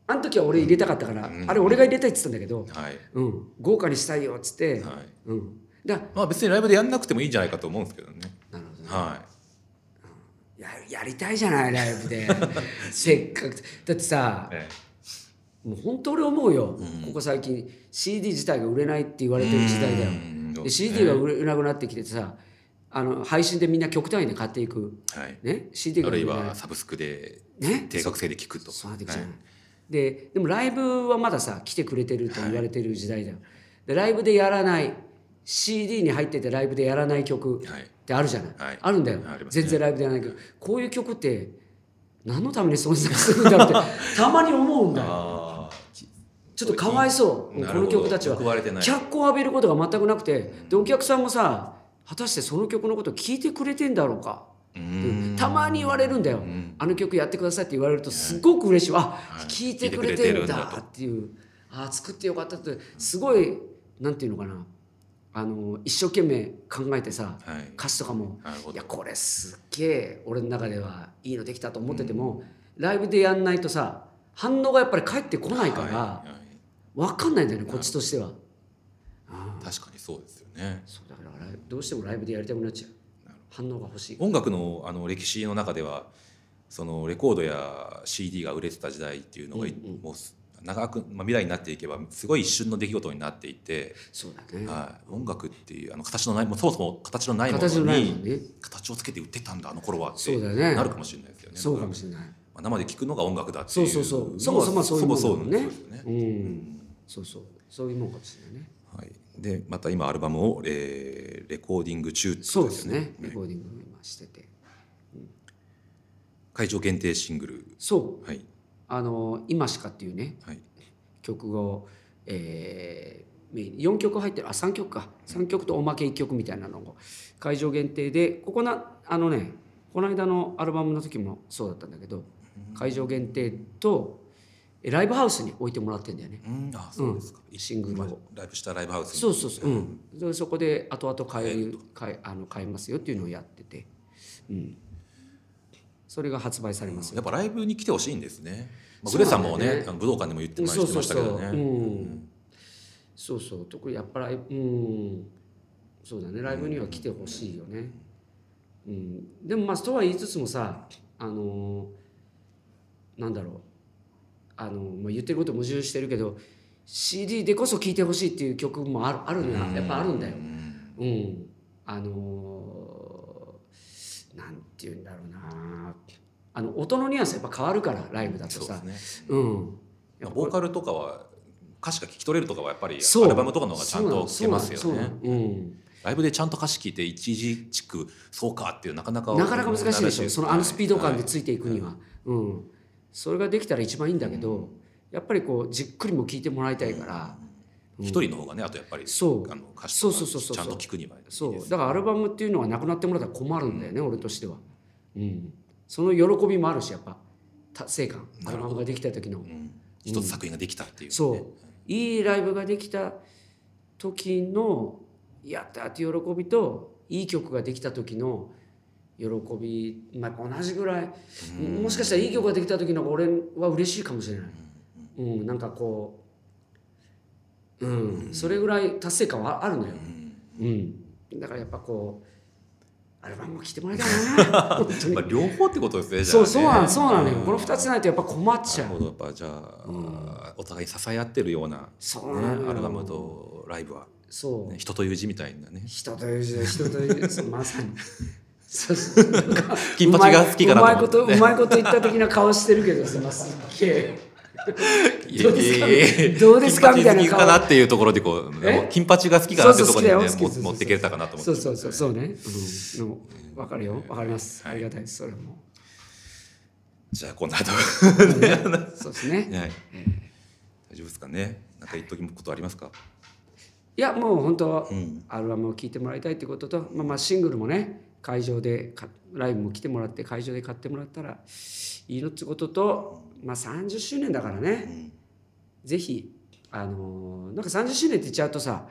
Speaker 2: あの時は俺入れたかったから、
Speaker 1: うん
Speaker 2: あれ俺が入れたいっつったんだけど、
Speaker 1: はい
Speaker 2: うん、豪華にしたいよっつっ
Speaker 1: は
Speaker 2: て、
Speaker 1: い
Speaker 2: うんだ
Speaker 1: まあ別にライブでやんなくてもいいんじゃないかと思うんですけどね
Speaker 2: なるほどね
Speaker 1: はい
Speaker 2: ややりたいじゃないライブ
Speaker 1: (laughs)
Speaker 2: でせっかくだってさ
Speaker 1: え
Speaker 2: もう本当俺思うよ、
Speaker 1: うん
Speaker 2: ここ最近 CD 自体が売れないって言われてる時代だよ
Speaker 1: うんそうで
Speaker 2: で
Speaker 1: すね
Speaker 2: CD が売れなくなってきてさあの配信でみんな極端にね買っていく、
Speaker 1: えはい
Speaker 2: ね、CD が
Speaker 1: あ
Speaker 2: 売
Speaker 1: るい
Speaker 2: れない
Speaker 1: はサブスクで
Speaker 2: ね
Speaker 1: 定額制で聞くと
Speaker 2: そうなってくじゃない、
Speaker 1: は
Speaker 2: ででもライブはまださ来てくれてると言われてる時代だよ、でライブでやらない CD に入っててライブでやらない曲
Speaker 1: いはい
Speaker 2: ってあるじゃない、
Speaker 1: はい
Speaker 2: あるんだよ、
Speaker 1: ありますね
Speaker 2: 全然ライブでやらないけどこういう曲って何のために存在するんだろうってたまに思うんだよ
Speaker 1: あーき
Speaker 2: ちちょっとかわいそうこ
Speaker 1: なるほ
Speaker 2: の
Speaker 1: ど
Speaker 2: 曲たちは
Speaker 1: 報われてない
Speaker 2: 脚光を浴びることが全くなくて
Speaker 1: ん
Speaker 2: でお客さんもさ果たしてその曲のことを聞いてくれてんだろうか
Speaker 1: う
Speaker 2: うん
Speaker 1: ん
Speaker 2: たまに言われるんだよ、
Speaker 1: ん
Speaker 2: あの曲やってくださいって言われるとすごく嬉しい、あ、
Speaker 1: はい
Speaker 2: 聞いてくれ
Speaker 1: 聞いてくれて
Speaker 2: てるんだ
Speaker 1: るんだと
Speaker 2: っていうあー作ってよかったってすごいなんていうのかなあの一生懸命考えてさ
Speaker 1: はい
Speaker 2: 歌詞とかも
Speaker 1: なるほ
Speaker 2: い
Speaker 1: ど
Speaker 2: やこれすっげえ俺の中ではいいのできたと思ってても、ライブでやんないとさ反応がやっぱり返ってこないから、
Speaker 1: はいはい
Speaker 2: わかんないんだよねこっちとしては。あー
Speaker 1: 確かにそうですよね
Speaker 2: そうだからライブどうしてもライブでやりたくなっちゃう
Speaker 1: なる
Speaker 2: 反応が欲しい。
Speaker 1: 音楽のあの歴史の中ではそのレコードや CD が売れてた時代っていうのが、
Speaker 2: うんうん
Speaker 1: もうす長く、まあ、未来になっていけばすごい一瞬の出来事になっていて、
Speaker 2: そうだね。
Speaker 1: はい、音楽っていうあの形のないもうそもそも形のないもの
Speaker 2: 形のないもん
Speaker 1: に
Speaker 2: ね。
Speaker 1: 形をつけて売ってたんだあの頃はっ
Speaker 2: そ
Speaker 1: て
Speaker 2: うだよね
Speaker 1: なるかもしれないですよね。
Speaker 2: そうかも
Speaker 1: だ
Speaker 2: しれない。
Speaker 1: からまあ、生で聞くのが音楽だって
Speaker 2: そ
Speaker 1: いうう
Speaker 2: そうそう。そ
Speaker 1: の
Speaker 2: も
Speaker 1: は
Speaker 2: そもそういうもんだ
Speaker 1: そ
Speaker 2: も
Speaker 1: も
Speaker 2: ん
Speaker 1: そう
Speaker 2: ね。
Speaker 1: ですよね。
Speaker 2: うん。そうそう。そういうもんかもしれないね。
Speaker 1: はい、でまた今アルバムを、えーレコーディング中ってこ
Speaker 2: そ
Speaker 1: と
Speaker 2: うですね。レ
Speaker 1: はい
Speaker 2: コーディングも今してて。
Speaker 1: 会場限定シングル、
Speaker 2: そう。
Speaker 1: はい
Speaker 2: あの、今しかっていうね、
Speaker 1: はい、
Speaker 2: 曲を、えーメイン4曲入ってるあ3曲か3曲とおまけ1曲みたいなのを会場限定でここなあのねこの間のアルバムの時もそうだったんだけど会場限定とえライブハウスに置いてもらってんだよね
Speaker 1: うん、あそうですか、
Speaker 2: うんシングルを
Speaker 1: ライブしたライブハウスに
Speaker 2: そうそうそう、うん、でそこで後々買える買えあの買えますよっていうのをやってて、うん、それが発売されますよ、
Speaker 1: やっぱライブに来てほしいんですね、まあ、
Speaker 2: そ
Speaker 1: グ
Speaker 2: う
Speaker 1: レ
Speaker 2: な
Speaker 1: さ
Speaker 2: ん
Speaker 1: ん
Speaker 2: だよ
Speaker 1: も
Speaker 2: ね
Speaker 1: ねあの武道館でも言ってま
Speaker 2: そ
Speaker 1: し
Speaker 2: う
Speaker 1: て
Speaker 2: そ
Speaker 1: ま
Speaker 2: う
Speaker 1: した
Speaker 2: そう、
Speaker 1: けどね
Speaker 2: うん、そうそう特にやっぱりうんそうだねライブには来てほしいよね、うん、でもまあとは言いつつもさあのーなんだろうあのーまあ、言ってること矛盾してるけど CD でこそ聴いてほしいっていう曲もあるあるな、やっぱあるんだよ
Speaker 1: う
Speaker 2: うん、あのーなんて言うんだろうなあの音のニュアンスやっぱ変わるからライブだと
Speaker 1: そう
Speaker 2: さ
Speaker 1: ですね、
Speaker 2: うん
Speaker 1: まあ、
Speaker 2: やっぱ
Speaker 1: ボーカルとかは歌詞が聞き取れるとかはやっぱり
Speaker 2: そう
Speaker 1: アルバムとかの方がちゃんと聞けます
Speaker 2: そ
Speaker 1: よ
Speaker 2: うな
Speaker 1: ね
Speaker 2: のそうなのそうなのうん
Speaker 1: ライブでちゃんと歌詞聞いて一字地区そうかっていうなかなか
Speaker 2: なかなか難しいでしょそのあのスピード感で
Speaker 1: はい
Speaker 2: ついていくには、うん、それができたら一番いいんだけど、やっぱりこうじっくりも聞いてもらいたいから、うん
Speaker 1: 一人の方がねあとやっぱり
Speaker 2: そう
Speaker 1: あの歌詞
Speaker 2: そ
Speaker 1: と
Speaker 2: う
Speaker 1: か
Speaker 2: そうそうそう
Speaker 1: ちゃんと聞くにはいいです
Speaker 2: そうだからアルバムっていうのはなくなってもらったら困るんだよね、俺としては、うん、その喜びもあるしやっぱ達成感ア
Speaker 1: な
Speaker 2: ル
Speaker 1: るほど
Speaker 2: バムができた時の、
Speaker 1: うん一つ作品ができたっていうね、
Speaker 2: そういいライブができた時のやったーって喜びといい曲ができた時の喜び、まあ、同じぐらいもしかしたらいい曲ができた時の方が俺は嬉しいかもしれない、うん、なんかこう、うん、それぐらい達成感はあるのよ、うん、だからやっぱこうアルバムも聴いてもらいた
Speaker 1: (laughs)
Speaker 2: いな本当に
Speaker 1: まあ、両方ってことですねじゃ
Speaker 2: そ
Speaker 1: あ
Speaker 2: う
Speaker 1: ね
Speaker 2: そうなんそうなのよ、
Speaker 1: ん
Speaker 2: この2つないとやっぱ困っちゃ
Speaker 1: なる
Speaker 2: う
Speaker 1: ほどやっぱじゃあ、お互い支え合ってるような、ね、
Speaker 2: そうなのよ
Speaker 1: アルバムとライブは、
Speaker 2: そう
Speaker 1: ね、人という字みたいなね
Speaker 2: 人という字だ人という字そう
Speaker 1: (laughs)
Speaker 2: まさにそうそうなんか
Speaker 1: 金八が好きかな
Speaker 2: うまい
Speaker 1: と
Speaker 2: うまい
Speaker 1: 思
Speaker 2: こ
Speaker 1: って
Speaker 2: とうまいこと言った的な顔してるけどさ、まあ、すっげえどうですか
Speaker 1: いえいえいえ
Speaker 2: どうですかみたいな
Speaker 1: 金八好き
Speaker 2: 顔
Speaker 1: かなっていうところでこう
Speaker 2: え
Speaker 1: 金八が好きかなっていうところにね
Speaker 2: そうそう
Speaker 1: も
Speaker 2: 好きだよ好きそうそう
Speaker 1: 持っていけれたかなと思って
Speaker 2: そうそうそうそうね、うん、でも分かるよ分かりますありがたいですそ
Speaker 1: (laughs)
Speaker 2: れも、
Speaker 1: じゃあこん
Speaker 2: (laughs)
Speaker 1: な後
Speaker 2: そうですね
Speaker 1: はい大丈夫ですかねなんか言っときことありますか、
Speaker 2: いやもう本当、
Speaker 1: ん
Speaker 2: アルバムを聴いてもらいたいってことと、まあ、まあシングルもね会場でかライブも来てもらって会場で買ってもらったらいいのってことと、まあ、30周年だからね、ぜひあのーなんか30周年って言っちゃうとさ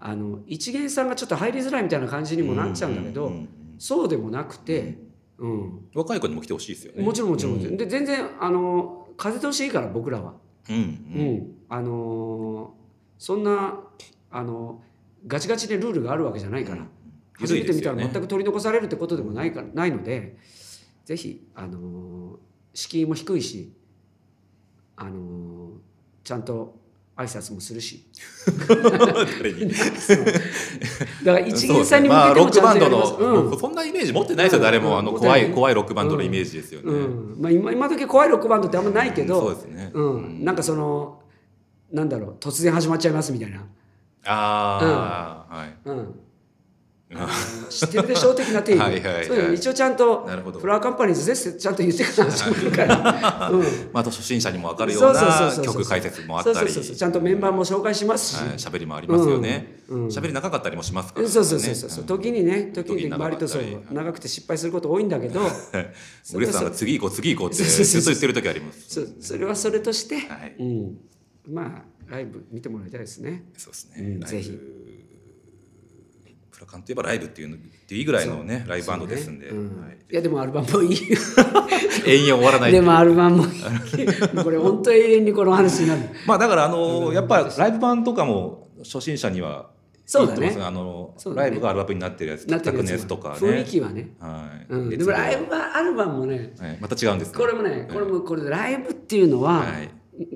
Speaker 2: あの一元さんがちょっと入りづらいみたいな感じにもなっちゃうんだけど、
Speaker 1: うんうんうん
Speaker 2: そうでもなくて、うん
Speaker 1: 若い子にも来てほしいですよね
Speaker 2: もちろんもちろん、で全然あのー風通しいいから僕らは。
Speaker 1: うん
Speaker 2: うんあのーそんな、あのーガチガチでルールがあるわけじゃないから、初めて見たら全く取り残されるってことでもないからないのでぜひ、あのー敷居も低いし、あのーちゃんと挨拶もす
Speaker 1: (laughs)
Speaker 2: るし
Speaker 1: 誰に (laughs)
Speaker 2: だから一元さんに向けて
Speaker 1: そう
Speaker 2: も
Speaker 1: です
Speaker 2: ち
Speaker 1: ねま
Speaker 2: ゃ
Speaker 1: あ、
Speaker 2: ん
Speaker 1: ロック
Speaker 2: とやり
Speaker 1: バ
Speaker 2: ま
Speaker 1: ン
Speaker 2: す、
Speaker 1: ド
Speaker 2: うん
Speaker 1: の、そんなイメージ持ってないですよ、誰
Speaker 2: うん
Speaker 1: もあの
Speaker 2: 持ってな
Speaker 1: 怖
Speaker 2: い
Speaker 1: い怖いロックバンドのイメージですよね。
Speaker 2: うんまあ、今今時怖いロックバンドってあんまないけど、
Speaker 1: そうですね。
Speaker 2: うん、なんかそのなんだろう突然始まっちゃいますみたいな。
Speaker 1: ああ、はい。
Speaker 2: うん、あの知ってるでしょ的な定義
Speaker 1: (laughs) はいはいはい
Speaker 2: そういうの一応ちゃんと
Speaker 1: なるほど
Speaker 2: フラワーカンパニーズですってちゃんと言ってから始まる
Speaker 1: (laughs)
Speaker 2: から、うん、
Speaker 1: まあ、あと初心者にも分かるよう
Speaker 2: そうそう
Speaker 1: な
Speaker 2: そうそう
Speaker 1: 曲解説もあっ
Speaker 2: そう
Speaker 1: た
Speaker 2: そう
Speaker 1: り
Speaker 2: そうそうちゃんとメンバーも紹介しますし、
Speaker 1: はい喋りもありますよね
Speaker 2: うんうん
Speaker 1: 喋、り長かったりもしますか
Speaker 2: そ
Speaker 1: らね
Speaker 2: うそうそうそうそう、時にね時
Speaker 1: 時
Speaker 2: に
Speaker 1: に長か
Speaker 2: 割
Speaker 1: った
Speaker 2: と
Speaker 1: り
Speaker 2: そう長くて失敗すること多いんだけど
Speaker 1: うん、ウレさんが次行こう次行こうって
Speaker 2: そうそう
Speaker 1: ず
Speaker 2: そう
Speaker 1: っと言ってる時あります
Speaker 2: そそれはそれとして、
Speaker 1: はい
Speaker 2: うん、まあライブ見てもらいたいですね。
Speaker 1: そうです
Speaker 2: う
Speaker 1: ね、
Speaker 2: ん
Speaker 1: ライブ
Speaker 2: ぜひ
Speaker 1: プラカンといえばライブっていうのっていうぐらいのねライブバンドですんで、
Speaker 2: そうねうん
Speaker 1: はい
Speaker 2: いやでもアルバムもいいよ
Speaker 1: 永遠終わらない
Speaker 2: でもアルバムもいいこれ本当永遠にこの話になる
Speaker 1: まあだからあのやっぱライブ版とかも初心者にはいいと思んです
Speaker 2: そうだね
Speaker 1: あの
Speaker 2: そうだね
Speaker 1: ライブがアルバムになってるやつ
Speaker 2: なって
Speaker 1: 卓
Speaker 2: るやつ
Speaker 1: の
Speaker 2: も
Speaker 1: やつとかね
Speaker 2: 雰囲気はね、
Speaker 1: はい、
Speaker 2: うん、で
Speaker 1: 熱
Speaker 2: も
Speaker 1: 量
Speaker 2: ライブはアルバムもね
Speaker 1: はい、また違うんですね
Speaker 2: これもねこれもこれでライブっていうのは、
Speaker 1: はい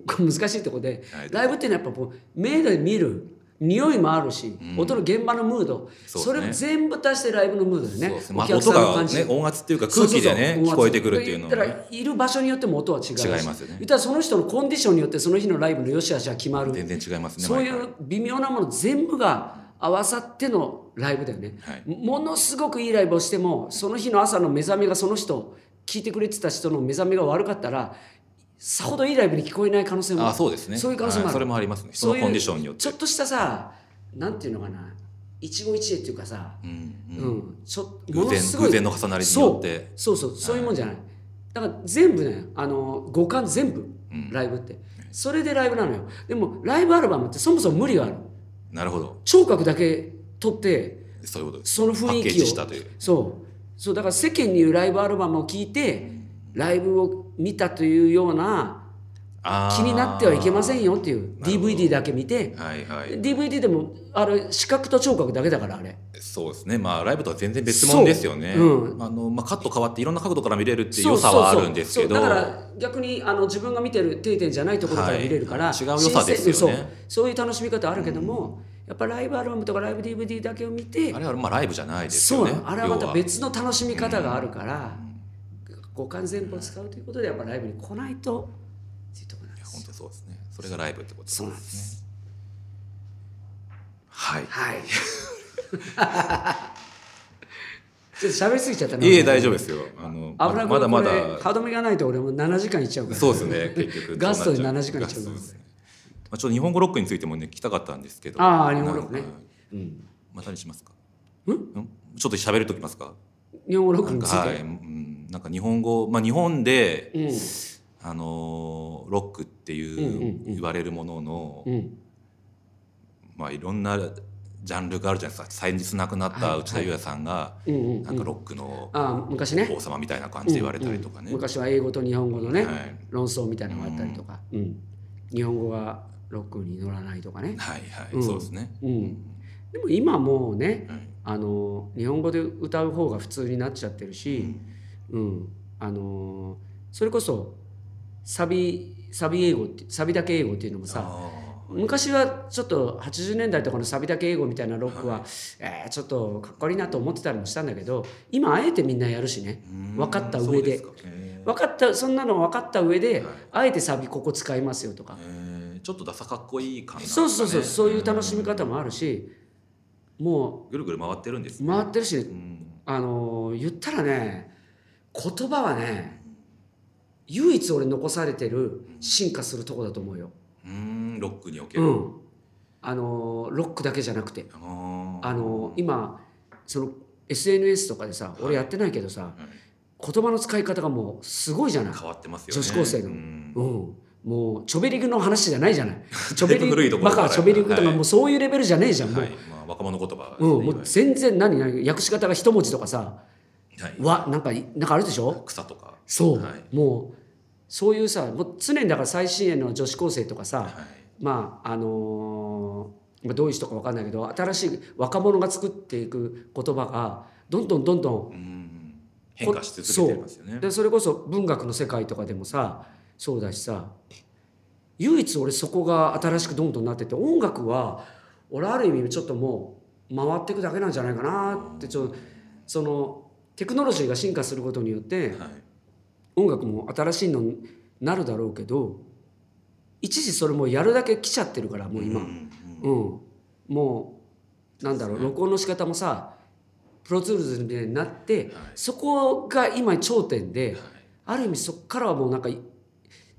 Speaker 2: これ難しいとこで、
Speaker 1: はい
Speaker 2: ライブっていうのはやっぱこう目で見る匂いもあるし、
Speaker 1: うん
Speaker 2: 音の現場のムードそ,、
Speaker 1: そうですね
Speaker 2: れを全部足してライブのムードだ
Speaker 1: そう
Speaker 2: よ
Speaker 1: で
Speaker 2: ね
Speaker 1: すねまあ、音が、ね、音圧っていうか空気でね
Speaker 2: そうそうそう
Speaker 1: 聞こえてくるっていうのは、
Speaker 2: だから
Speaker 1: ね、
Speaker 2: いる場所によっても音は違うし
Speaker 1: 違いますよね
Speaker 2: 言ったらその人のコンディションによってその日のライブの良し悪しは決まる
Speaker 1: 全然違いますね
Speaker 2: そうい
Speaker 1: 毎回
Speaker 2: う微妙なもの全部が合わさってのライブだよね、
Speaker 1: はい
Speaker 2: ものすごくいいライブをしてもその日の朝の目覚めがその人聞いてくれてた人の目覚めが悪かったらさほどいいライブに聞こえない可能性も
Speaker 1: あそうですね
Speaker 2: そういう可能性も
Speaker 1: は
Speaker 2: ある
Speaker 1: いそれもありますね人
Speaker 2: そう
Speaker 1: の
Speaker 2: いう
Speaker 1: コンディションによって
Speaker 2: ちょっとしたさなんていうのかな一期一会っていうかさ、
Speaker 1: うん
Speaker 2: うん
Speaker 1: うん
Speaker 2: ちょも
Speaker 1: 偶
Speaker 2: のす
Speaker 1: 然
Speaker 2: ごい
Speaker 1: 偶然の重なりによって
Speaker 2: そうそうそうそういうもんじゃない、だから全部ねあの五感全部、
Speaker 1: うん
Speaker 2: ライブってそれでライブなのよでもライブアルバムってそもそも無理がある
Speaker 1: なるほど
Speaker 2: 聴覚だけ取って
Speaker 1: そういうことです
Speaker 2: その雰囲
Speaker 1: パッケ
Speaker 2: 気
Speaker 1: ー
Speaker 2: を
Speaker 1: ジしたという
Speaker 2: そうそうだから世間に言うライブアルバムを聞いてライブを見たというような
Speaker 1: あー
Speaker 2: 気になってはいけませんよっていう
Speaker 1: なるほど
Speaker 2: DVD だけ見て
Speaker 1: はいはい
Speaker 2: DVD でもあれ視覚と聴覚だけだからあれ
Speaker 1: そうですねまあライブとは全然別物ですよね、
Speaker 2: そうう
Speaker 1: あのまあ、カット変わっていろんな角度から見れるっていう
Speaker 2: そう
Speaker 1: 良
Speaker 2: そ
Speaker 1: さ
Speaker 2: うそう
Speaker 1: はあるんですけど
Speaker 2: そうだから逆にあの自分が見てる定点じゃないところから見れるか
Speaker 1: は
Speaker 2: ら、
Speaker 1: い違う良さですよね
Speaker 2: 新鮮そうそういう楽しみ方あるけども、やっぱライブアルバムとかライブ DVD だけを見て
Speaker 1: あれはまあライブじゃないです
Speaker 2: そ
Speaker 1: よ
Speaker 2: う
Speaker 1: ね
Speaker 2: なのあれはま
Speaker 1: 要
Speaker 2: た別の楽しみ方があるから、五感全部を使うということでやっぱライブに来ないとっていうところなんで
Speaker 1: いや
Speaker 2: す
Speaker 1: 本
Speaker 2: よ
Speaker 1: 当そうですねそれがライブってことです
Speaker 2: そうなんで
Speaker 1: ね
Speaker 2: す
Speaker 1: はい
Speaker 2: はいちょっと喋りすぎちゃったない
Speaker 1: え大丈夫ですよあの
Speaker 2: 危な
Speaker 1: ま
Speaker 2: い
Speaker 1: まだまだ
Speaker 2: 歯止めがないと俺も7時間いっちゃうから
Speaker 1: そうですね結局
Speaker 2: ガストに
Speaker 1: そうなっ
Speaker 2: 7
Speaker 1: ち
Speaker 2: 時
Speaker 1: ゃう
Speaker 2: 間いっちゃうか
Speaker 1: ガスト
Speaker 2: ら
Speaker 1: ですねまあ、ちょっと日本語ロックについてもね聞きたかったんですけど
Speaker 2: ああ日本語ロックね
Speaker 1: なんか
Speaker 2: うん
Speaker 1: またにしますかんちょっと喋るときますか
Speaker 2: 日本語ロッ
Speaker 1: な
Speaker 2: ク
Speaker 1: ん
Speaker 2: につ
Speaker 1: か
Speaker 2: い
Speaker 1: は
Speaker 2: て、
Speaker 1: い、うん、なんか日本語まあ日本で、
Speaker 2: うん
Speaker 1: あのーロックって
Speaker 2: うん
Speaker 1: いう
Speaker 2: うんうん
Speaker 1: 言われるものの、
Speaker 2: うん
Speaker 1: まあいろんなジャンルがあるじゃないですか先日亡くなった内田裕也さんが、
Speaker 2: うんうん
Speaker 1: なんかロックの
Speaker 2: ああ昔ね
Speaker 1: 王様みたいな感じで言われたりとか
Speaker 2: うん
Speaker 1: ね、
Speaker 2: うん昔は英語と日本語のね、
Speaker 1: はい
Speaker 2: 論争みたいなのがあったりとか、うん日本語がロックに乗らないとかね、
Speaker 1: はいはい、
Speaker 2: うん
Speaker 1: そうですね、
Speaker 2: うん、でも今もうね
Speaker 1: はい
Speaker 2: あの日本語で歌う方が普通になっちゃってる
Speaker 1: う
Speaker 2: し、
Speaker 1: ん
Speaker 2: うんあのそれこそサビサビ英語ってサビだけ英語っていうのもさ
Speaker 1: あ
Speaker 2: 昔はちょっと80年代とかのサビだけ英語みたいなロックは、えーちょっとかっこいいなと思ってたりもしたんだけど今あえてみんなやるしね
Speaker 1: ーうん
Speaker 2: 分かった上で
Speaker 1: そうすかへ
Speaker 2: 分かったそんなの分かった上
Speaker 1: は
Speaker 2: で、
Speaker 1: い
Speaker 2: あえてサビここ使いますよとか
Speaker 1: ーへーちょっとダサかっこいい感じ、
Speaker 2: そうそうそうそういう楽しみ
Speaker 1: が
Speaker 2: 方もあるしも
Speaker 1: ぐるぐる回ってるんです
Speaker 2: う
Speaker 1: ね、
Speaker 2: 回ってるしね
Speaker 1: うん
Speaker 2: あのー言ったらね言葉はね唯一俺残されてる進化するとこだと思うよ。
Speaker 1: うーんロックにおけ
Speaker 2: う
Speaker 1: る、
Speaker 2: ん、あのーロックだけじゃなくて
Speaker 1: あのー
Speaker 2: あのー今その SNS とかでさ俺やってないけどさ
Speaker 1: はい
Speaker 2: 言葉の使い方がもうすごいじゃない。
Speaker 1: 変わってますよね
Speaker 2: 女子高生の
Speaker 1: うん
Speaker 2: うんもうチョベリグの話じゃないじゃ
Speaker 1: (laughs)
Speaker 2: ないチョベ
Speaker 1: だいぶ古いと
Speaker 2: リ
Speaker 1: ころ
Speaker 2: バ
Speaker 1: から
Speaker 2: カチョベリグとか
Speaker 1: はい
Speaker 2: もうそういうレベルじゃねえじゃん、もう
Speaker 1: はいまあ、若者言葉ですね
Speaker 2: うん、もう全然何何訳し方が一文字とかさ
Speaker 1: はい
Speaker 2: 「わ」なんかなんかあるでしょ
Speaker 1: 草とか
Speaker 2: そう、
Speaker 1: はい
Speaker 2: もうそういうさもう常にだから最新鋭の女子高生とかさ
Speaker 1: はい
Speaker 2: まああのーまあどういう人か分かんないけど新しい若者が作っていく言葉がどんどんどんどん
Speaker 1: うん変化し続けてますよね
Speaker 2: でそれこそ文学の世界とかでもさそうだしさ唯一俺そこが新しくどんどんなってて音楽は俺ある意味ちょっともう回っていくだけなんじゃないかなってちょっとそのテクノロジーが進化することによって
Speaker 1: はい
Speaker 2: 音楽も新しいのになるだろうけど一時それもうやるだけ来ちゃってるからもう今、
Speaker 1: んん
Speaker 2: うん、もうなんだろう録音の仕方もさプロツールズみたいになって
Speaker 1: はい
Speaker 2: そこが今頂点で
Speaker 1: はい
Speaker 2: ある意味そこからはもうなんかい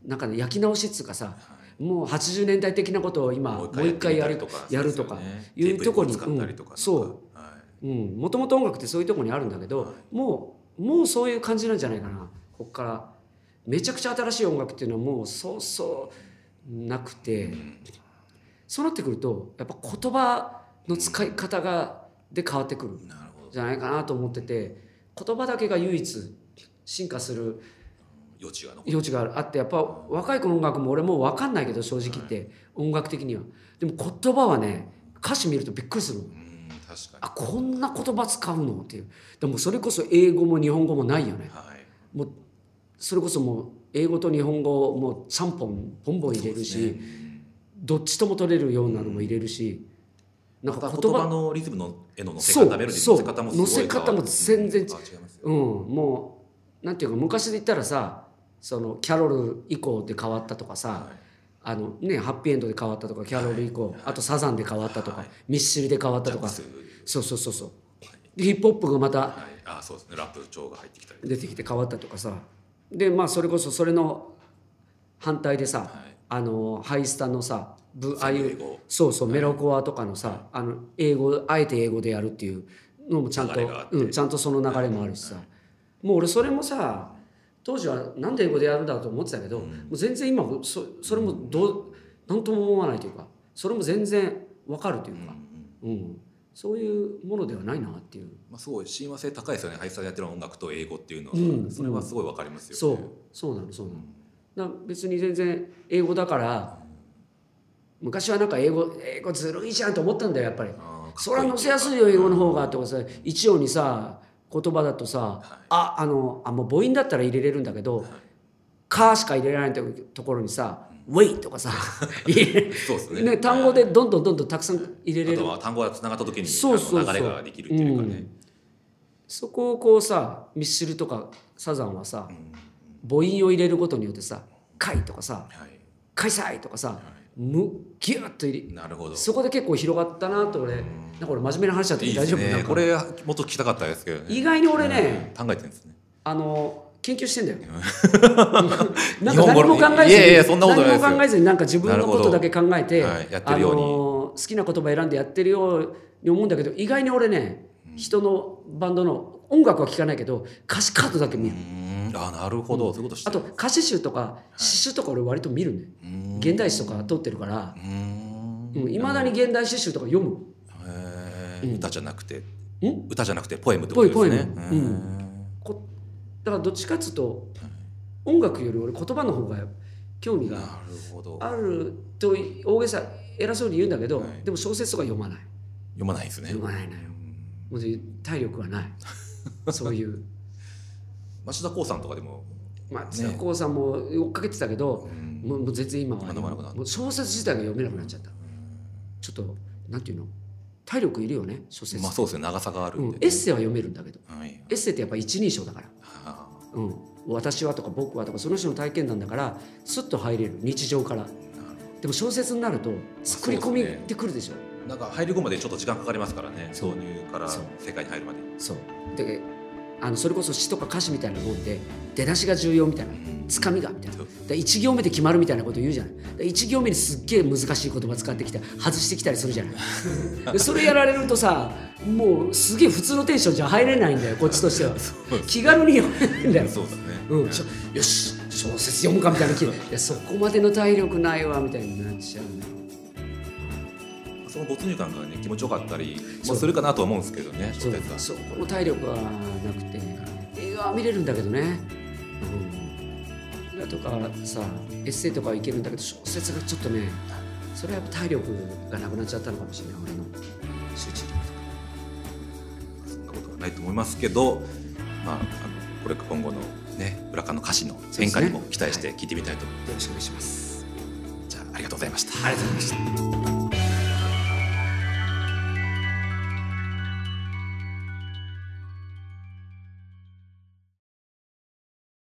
Speaker 2: なんかね焼き直しっつうかさ
Speaker 1: は
Speaker 2: もう80年代的なことを今
Speaker 1: い
Speaker 2: もう一回やる
Speaker 1: もう
Speaker 2: と、
Speaker 1: 一回
Speaker 2: や
Speaker 1: や
Speaker 2: る
Speaker 1: る
Speaker 2: と
Speaker 1: と
Speaker 2: か
Speaker 1: かですよね
Speaker 2: いうとこに
Speaker 1: DVD 使ったりとかなんか
Speaker 2: そ
Speaker 1: は
Speaker 2: うん、もともと音楽ってそういうとこにあるんだけど、
Speaker 1: は
Speaker 2: もうもうそういう感じなんじゃないかなこっからめちゃくちゃ新しい音楽っていうのはもうそうそうなくて、
Speaker 1: いうん
Speaker 2: そうなってくるとやっぱ言葉の使い方がで変わってくるん
Speaker 1: なるほど
Speaker 2: じゃないかなと思ってて言葉だけが唯一進化する
Speaker 1: 余地が残る
Speaker 2: 余地があってやっぱ若い子の音楽も俺もう分かんないけど正直言って、音楽的にはでも言葉はね歌詞見るとびっくりするの
Speaker 1: うん確か
Speaker 2: あこんな言葉使うのっていうでもそれこそ英語も日本語もないよね
Speaker 1: にはい
Speaker 2: それこそもう英語と日本語をもう3本ポンポン入れるし、
Speaker 1: そうですね
Speaker 2: どっちとも取れるようなのも入れるし、なん
Speaker 1: ま
Speaker 2: か
Speaker 1: た
Speaker 2: 言
Speaker 1: 言葉
Speaker 2: 葉
Speaker 1: のリズムの絵の乗せ
Speaker 2: そう
Speaker 1: 方メロディーの乗せ方もすごい
Speaker 2: そう乗せ方も全然
Speaker 1: 変わるうんあ違いますよ
Speaker 2: うんもうなんていうか昔で言ったらさそのキャロル以降で変わったとかさ、
Speaker 1: はい
Speaker 2: あのね、ハッピーエンドで変わったとかキャロル以降、あとサザンで変わったとか、
Speaker 1: はい
Speaker 2: ミッシルで変わったとか
Speaker 1: ジャ
Speaker 2: そうそうそうそうでヒップホップがま
Speaker 1: ズ
Speaker 2: た
Speaker 1: はいあそうですねラップ調が入ってきたり
Speaker 2: 出てきて変わったとかさでまあそれこそそれの反対でさ、
Speaker 1: はい
Speaker 2: あのハイスタのさブああい
Speaker 1: 英
Speaker 2: う
Speaker 1: 語
Speaker 2: そうそうメロコアとかのさ、あの英語あえて英語でやるっていうのもちゃんと
Speaker 1: 流れがあって
Speaker 2: うん、ちゃんとその流れもあるしさ、もう俺それもさ当時はなんで英語でやるんだろうと思ってたけど、
Speaker 1: うん
Speaker 2: もう全然今そそれもどう何とも思わないというかそれも全然わかるという
Speaker 1: うんう
Speaker 2: か、
Speaker 1: ん
Speaker 2: うんそういうものではないなっていう
Speaker 1: まあすごい親和性高いですよねハイスタでやってる音楽と英語っていうの
Speaker 2: うん
Speaker 1: はそれはすごいわかりますよ
Speaker 2: そう
Speaker 1: ね
Speaker 2: そうなのそうなの、だから別に全然英語だから昔はなんか英語英語ずるいじゃんと思ったんだよやっぱり
Speaker 1: あー
Speaker 2: それ
Speaker 1: かっこい
Speaker 2: は
Speaker 1: い
Speaker 2: 載せやすいよ英語の方がとかさ一音にさ言葉だとさ、ああのあもう母音だったら入れれるんだけど「か」しか入れられないとところにさ「ウェイ」
Speaker 1: (laughs)
Speaker 2: とかさ入れ
Speaker 1: そうですね
Speaker 2: ね単語でどんどんどんどんたくさん入れれ
Speaker 1: あ
Speaker 2: る
Speaker 1: とは単語がつながった時に
Speaker 2: そうそうそう
Speaker 1: あの流れができるっていうかね
Speaker 2: そこをこうさミッシルとかサザンはさ
Speaker 1: うん
Speaker 2: 母音を入れることによってさ「会」とかさ
Speaker 1: はい
Speaker 2: 「開催」とかさむギュッと入れ
Speaker 1: なるほど
Speaker 2: そこで結構広がったなと俺なんか俺真面目な話だったけ
Speaker 1: いい
Speaker 2: ど
Speaker 1: で
Speaker 2: 大
Speaker 1: す
Speaker 2: 丈夫なん
Speaker 1: ね
Speaker 2: か
Speaker 1: これもっと聞きたかったですけどね
Speaker 2: 意外に俺ね
Speaker 1: うん考えてるんですね
Speaker 2: あの研究してんだよ。 (laughs) なん
Speaker 1: 日
Speaker 2: か
Speaker 1: 本語
Speaker 2: 何も
Speaker 1: の
Speaker 2: 考えずに、
Speaker 1: いやいやそんなことないですよ
Speaker 2: 何も考えずになんか自分のことだけ考えて、
Speaker 1: なるほどはいやって
Speaker 2: あ
Speaker 1: るように
Speaker 2: の好きな言葉選んでやってるように思うんだけど、意外に俺ね、人のバンドの音楽は聞かないけど歌詞カードだけ見
Speaker 1: う
Speaker 2: る。
Speaker 1: んあなるほどそういうことして
Speaker 2: あと歌詞集とか詩集とか俺割と見るね。
Speaker 1: うん
Speaker 2: 現代詩とか撮ってるから、
Speaker 1: うん
Speaker 2: いまだに現代詩集とか読む。
Speaker 1: へ
Speaker 2: う
Speaker 1: ー
Speaker 2: ん
Speaker 1: 歌じゃなくて
Speaker 2: ん
Speaker 1: 歌じゃなくてポエムってことですね
Speaker 2: ポエポエムこだからどっちかっつうと音楽より俺言葉の方が興味
Speaker 1: うんな
Speaker 2: が
Speaker 1: るほど
Speaker 2: あると大げさ偉そうに言うんだけど、
Speaker 1: はい
Speaker 2: でも小説とか読まない
Speaker 1: 読まないですね
Speaker 2: 読まないのよもう体力はない
Speaker 1: (laughs)
Speaker 2: そういう
Speaker 1: 増田光さんとかでも
Speaker 2: まあ津田光さんも追っかけてたけど、
Speaker 1: うん
Speaker 2: もうもう全然今は
Speaker 1: 今飲まなくなった
Speaker 2: もう小説自体が読めなくなっちゃった、ちょっとなんていうの体力いるよね小説、
Speaker 1: まあそうですね長さがある
Speaker 2: うんん
Speaker 1: で、ね
Speaker 2: エッセイは読めるんだけど
Speaker 1: はい
Speaker 2: エッセイってやっぱ一人称だから、
Speaker 1: あ
Speaker 2: うん、私はとか僕はとかその人の体験談だからスッと入れる日常から
Speaker 1: ーなる
Speaker 2: でも小説になると作り込み
Speaker 1: そうですね
Speaker 2: ってくるでしょ、
Speaker 1: ほどなんか入り込むまでちょっと時間かかりますからね
Speaker 2: そう
Speaker 1: 挿入から
Speaker 2: そう
Speaker 1: 世界に入るまで
Speaker 2: そうであのそれこそ詩とか歌詞みたいなもんで出だしが重要みたいなつかみがみたいな
Speaker 1: そう
Speaker 2: で1行目で決まるみたいなこと言うじゃないで1行目にすっげえ難しい言葉使ってきて外してきたりするじゃないでそれやられるとさもうすげえ普通のテンションじゃ入れないんだよこっちとしては気軽に読めないんだよ
Speaker 1: そうですね
Speaker 2: うん、ちょよし小説読むかみたいな (laughs) 気いやそこまでの体力ないわみたいになっちゃうんだよ
Speaker 1: その没入感がね気持ちよかったり
Speaker 2: そ
Speaker 1: も
Speaker 2: う
Speaker 1: するかなとは思うんですけどね
Speaker 2: そう
Speaker 1: 小説は
Speaker 2: そこの体力はなくて映画は見れるんだけどね、うん、映画とかさエッセイとかはいけるんだけど小説がちょっとねそれはやっぱ体力がなくなっちゃったのかもしれない俺の集中力
Speaker 1: そんなことはないと思いますけど、まあ、あのこれ今後のね浦川の歌詞の変化にも期待して聞いてみたいと思いま
Speaker 2: よろしくお願いします
Speaker 1: すじゃあありがとうございました
Speaker 2: ありがとうございました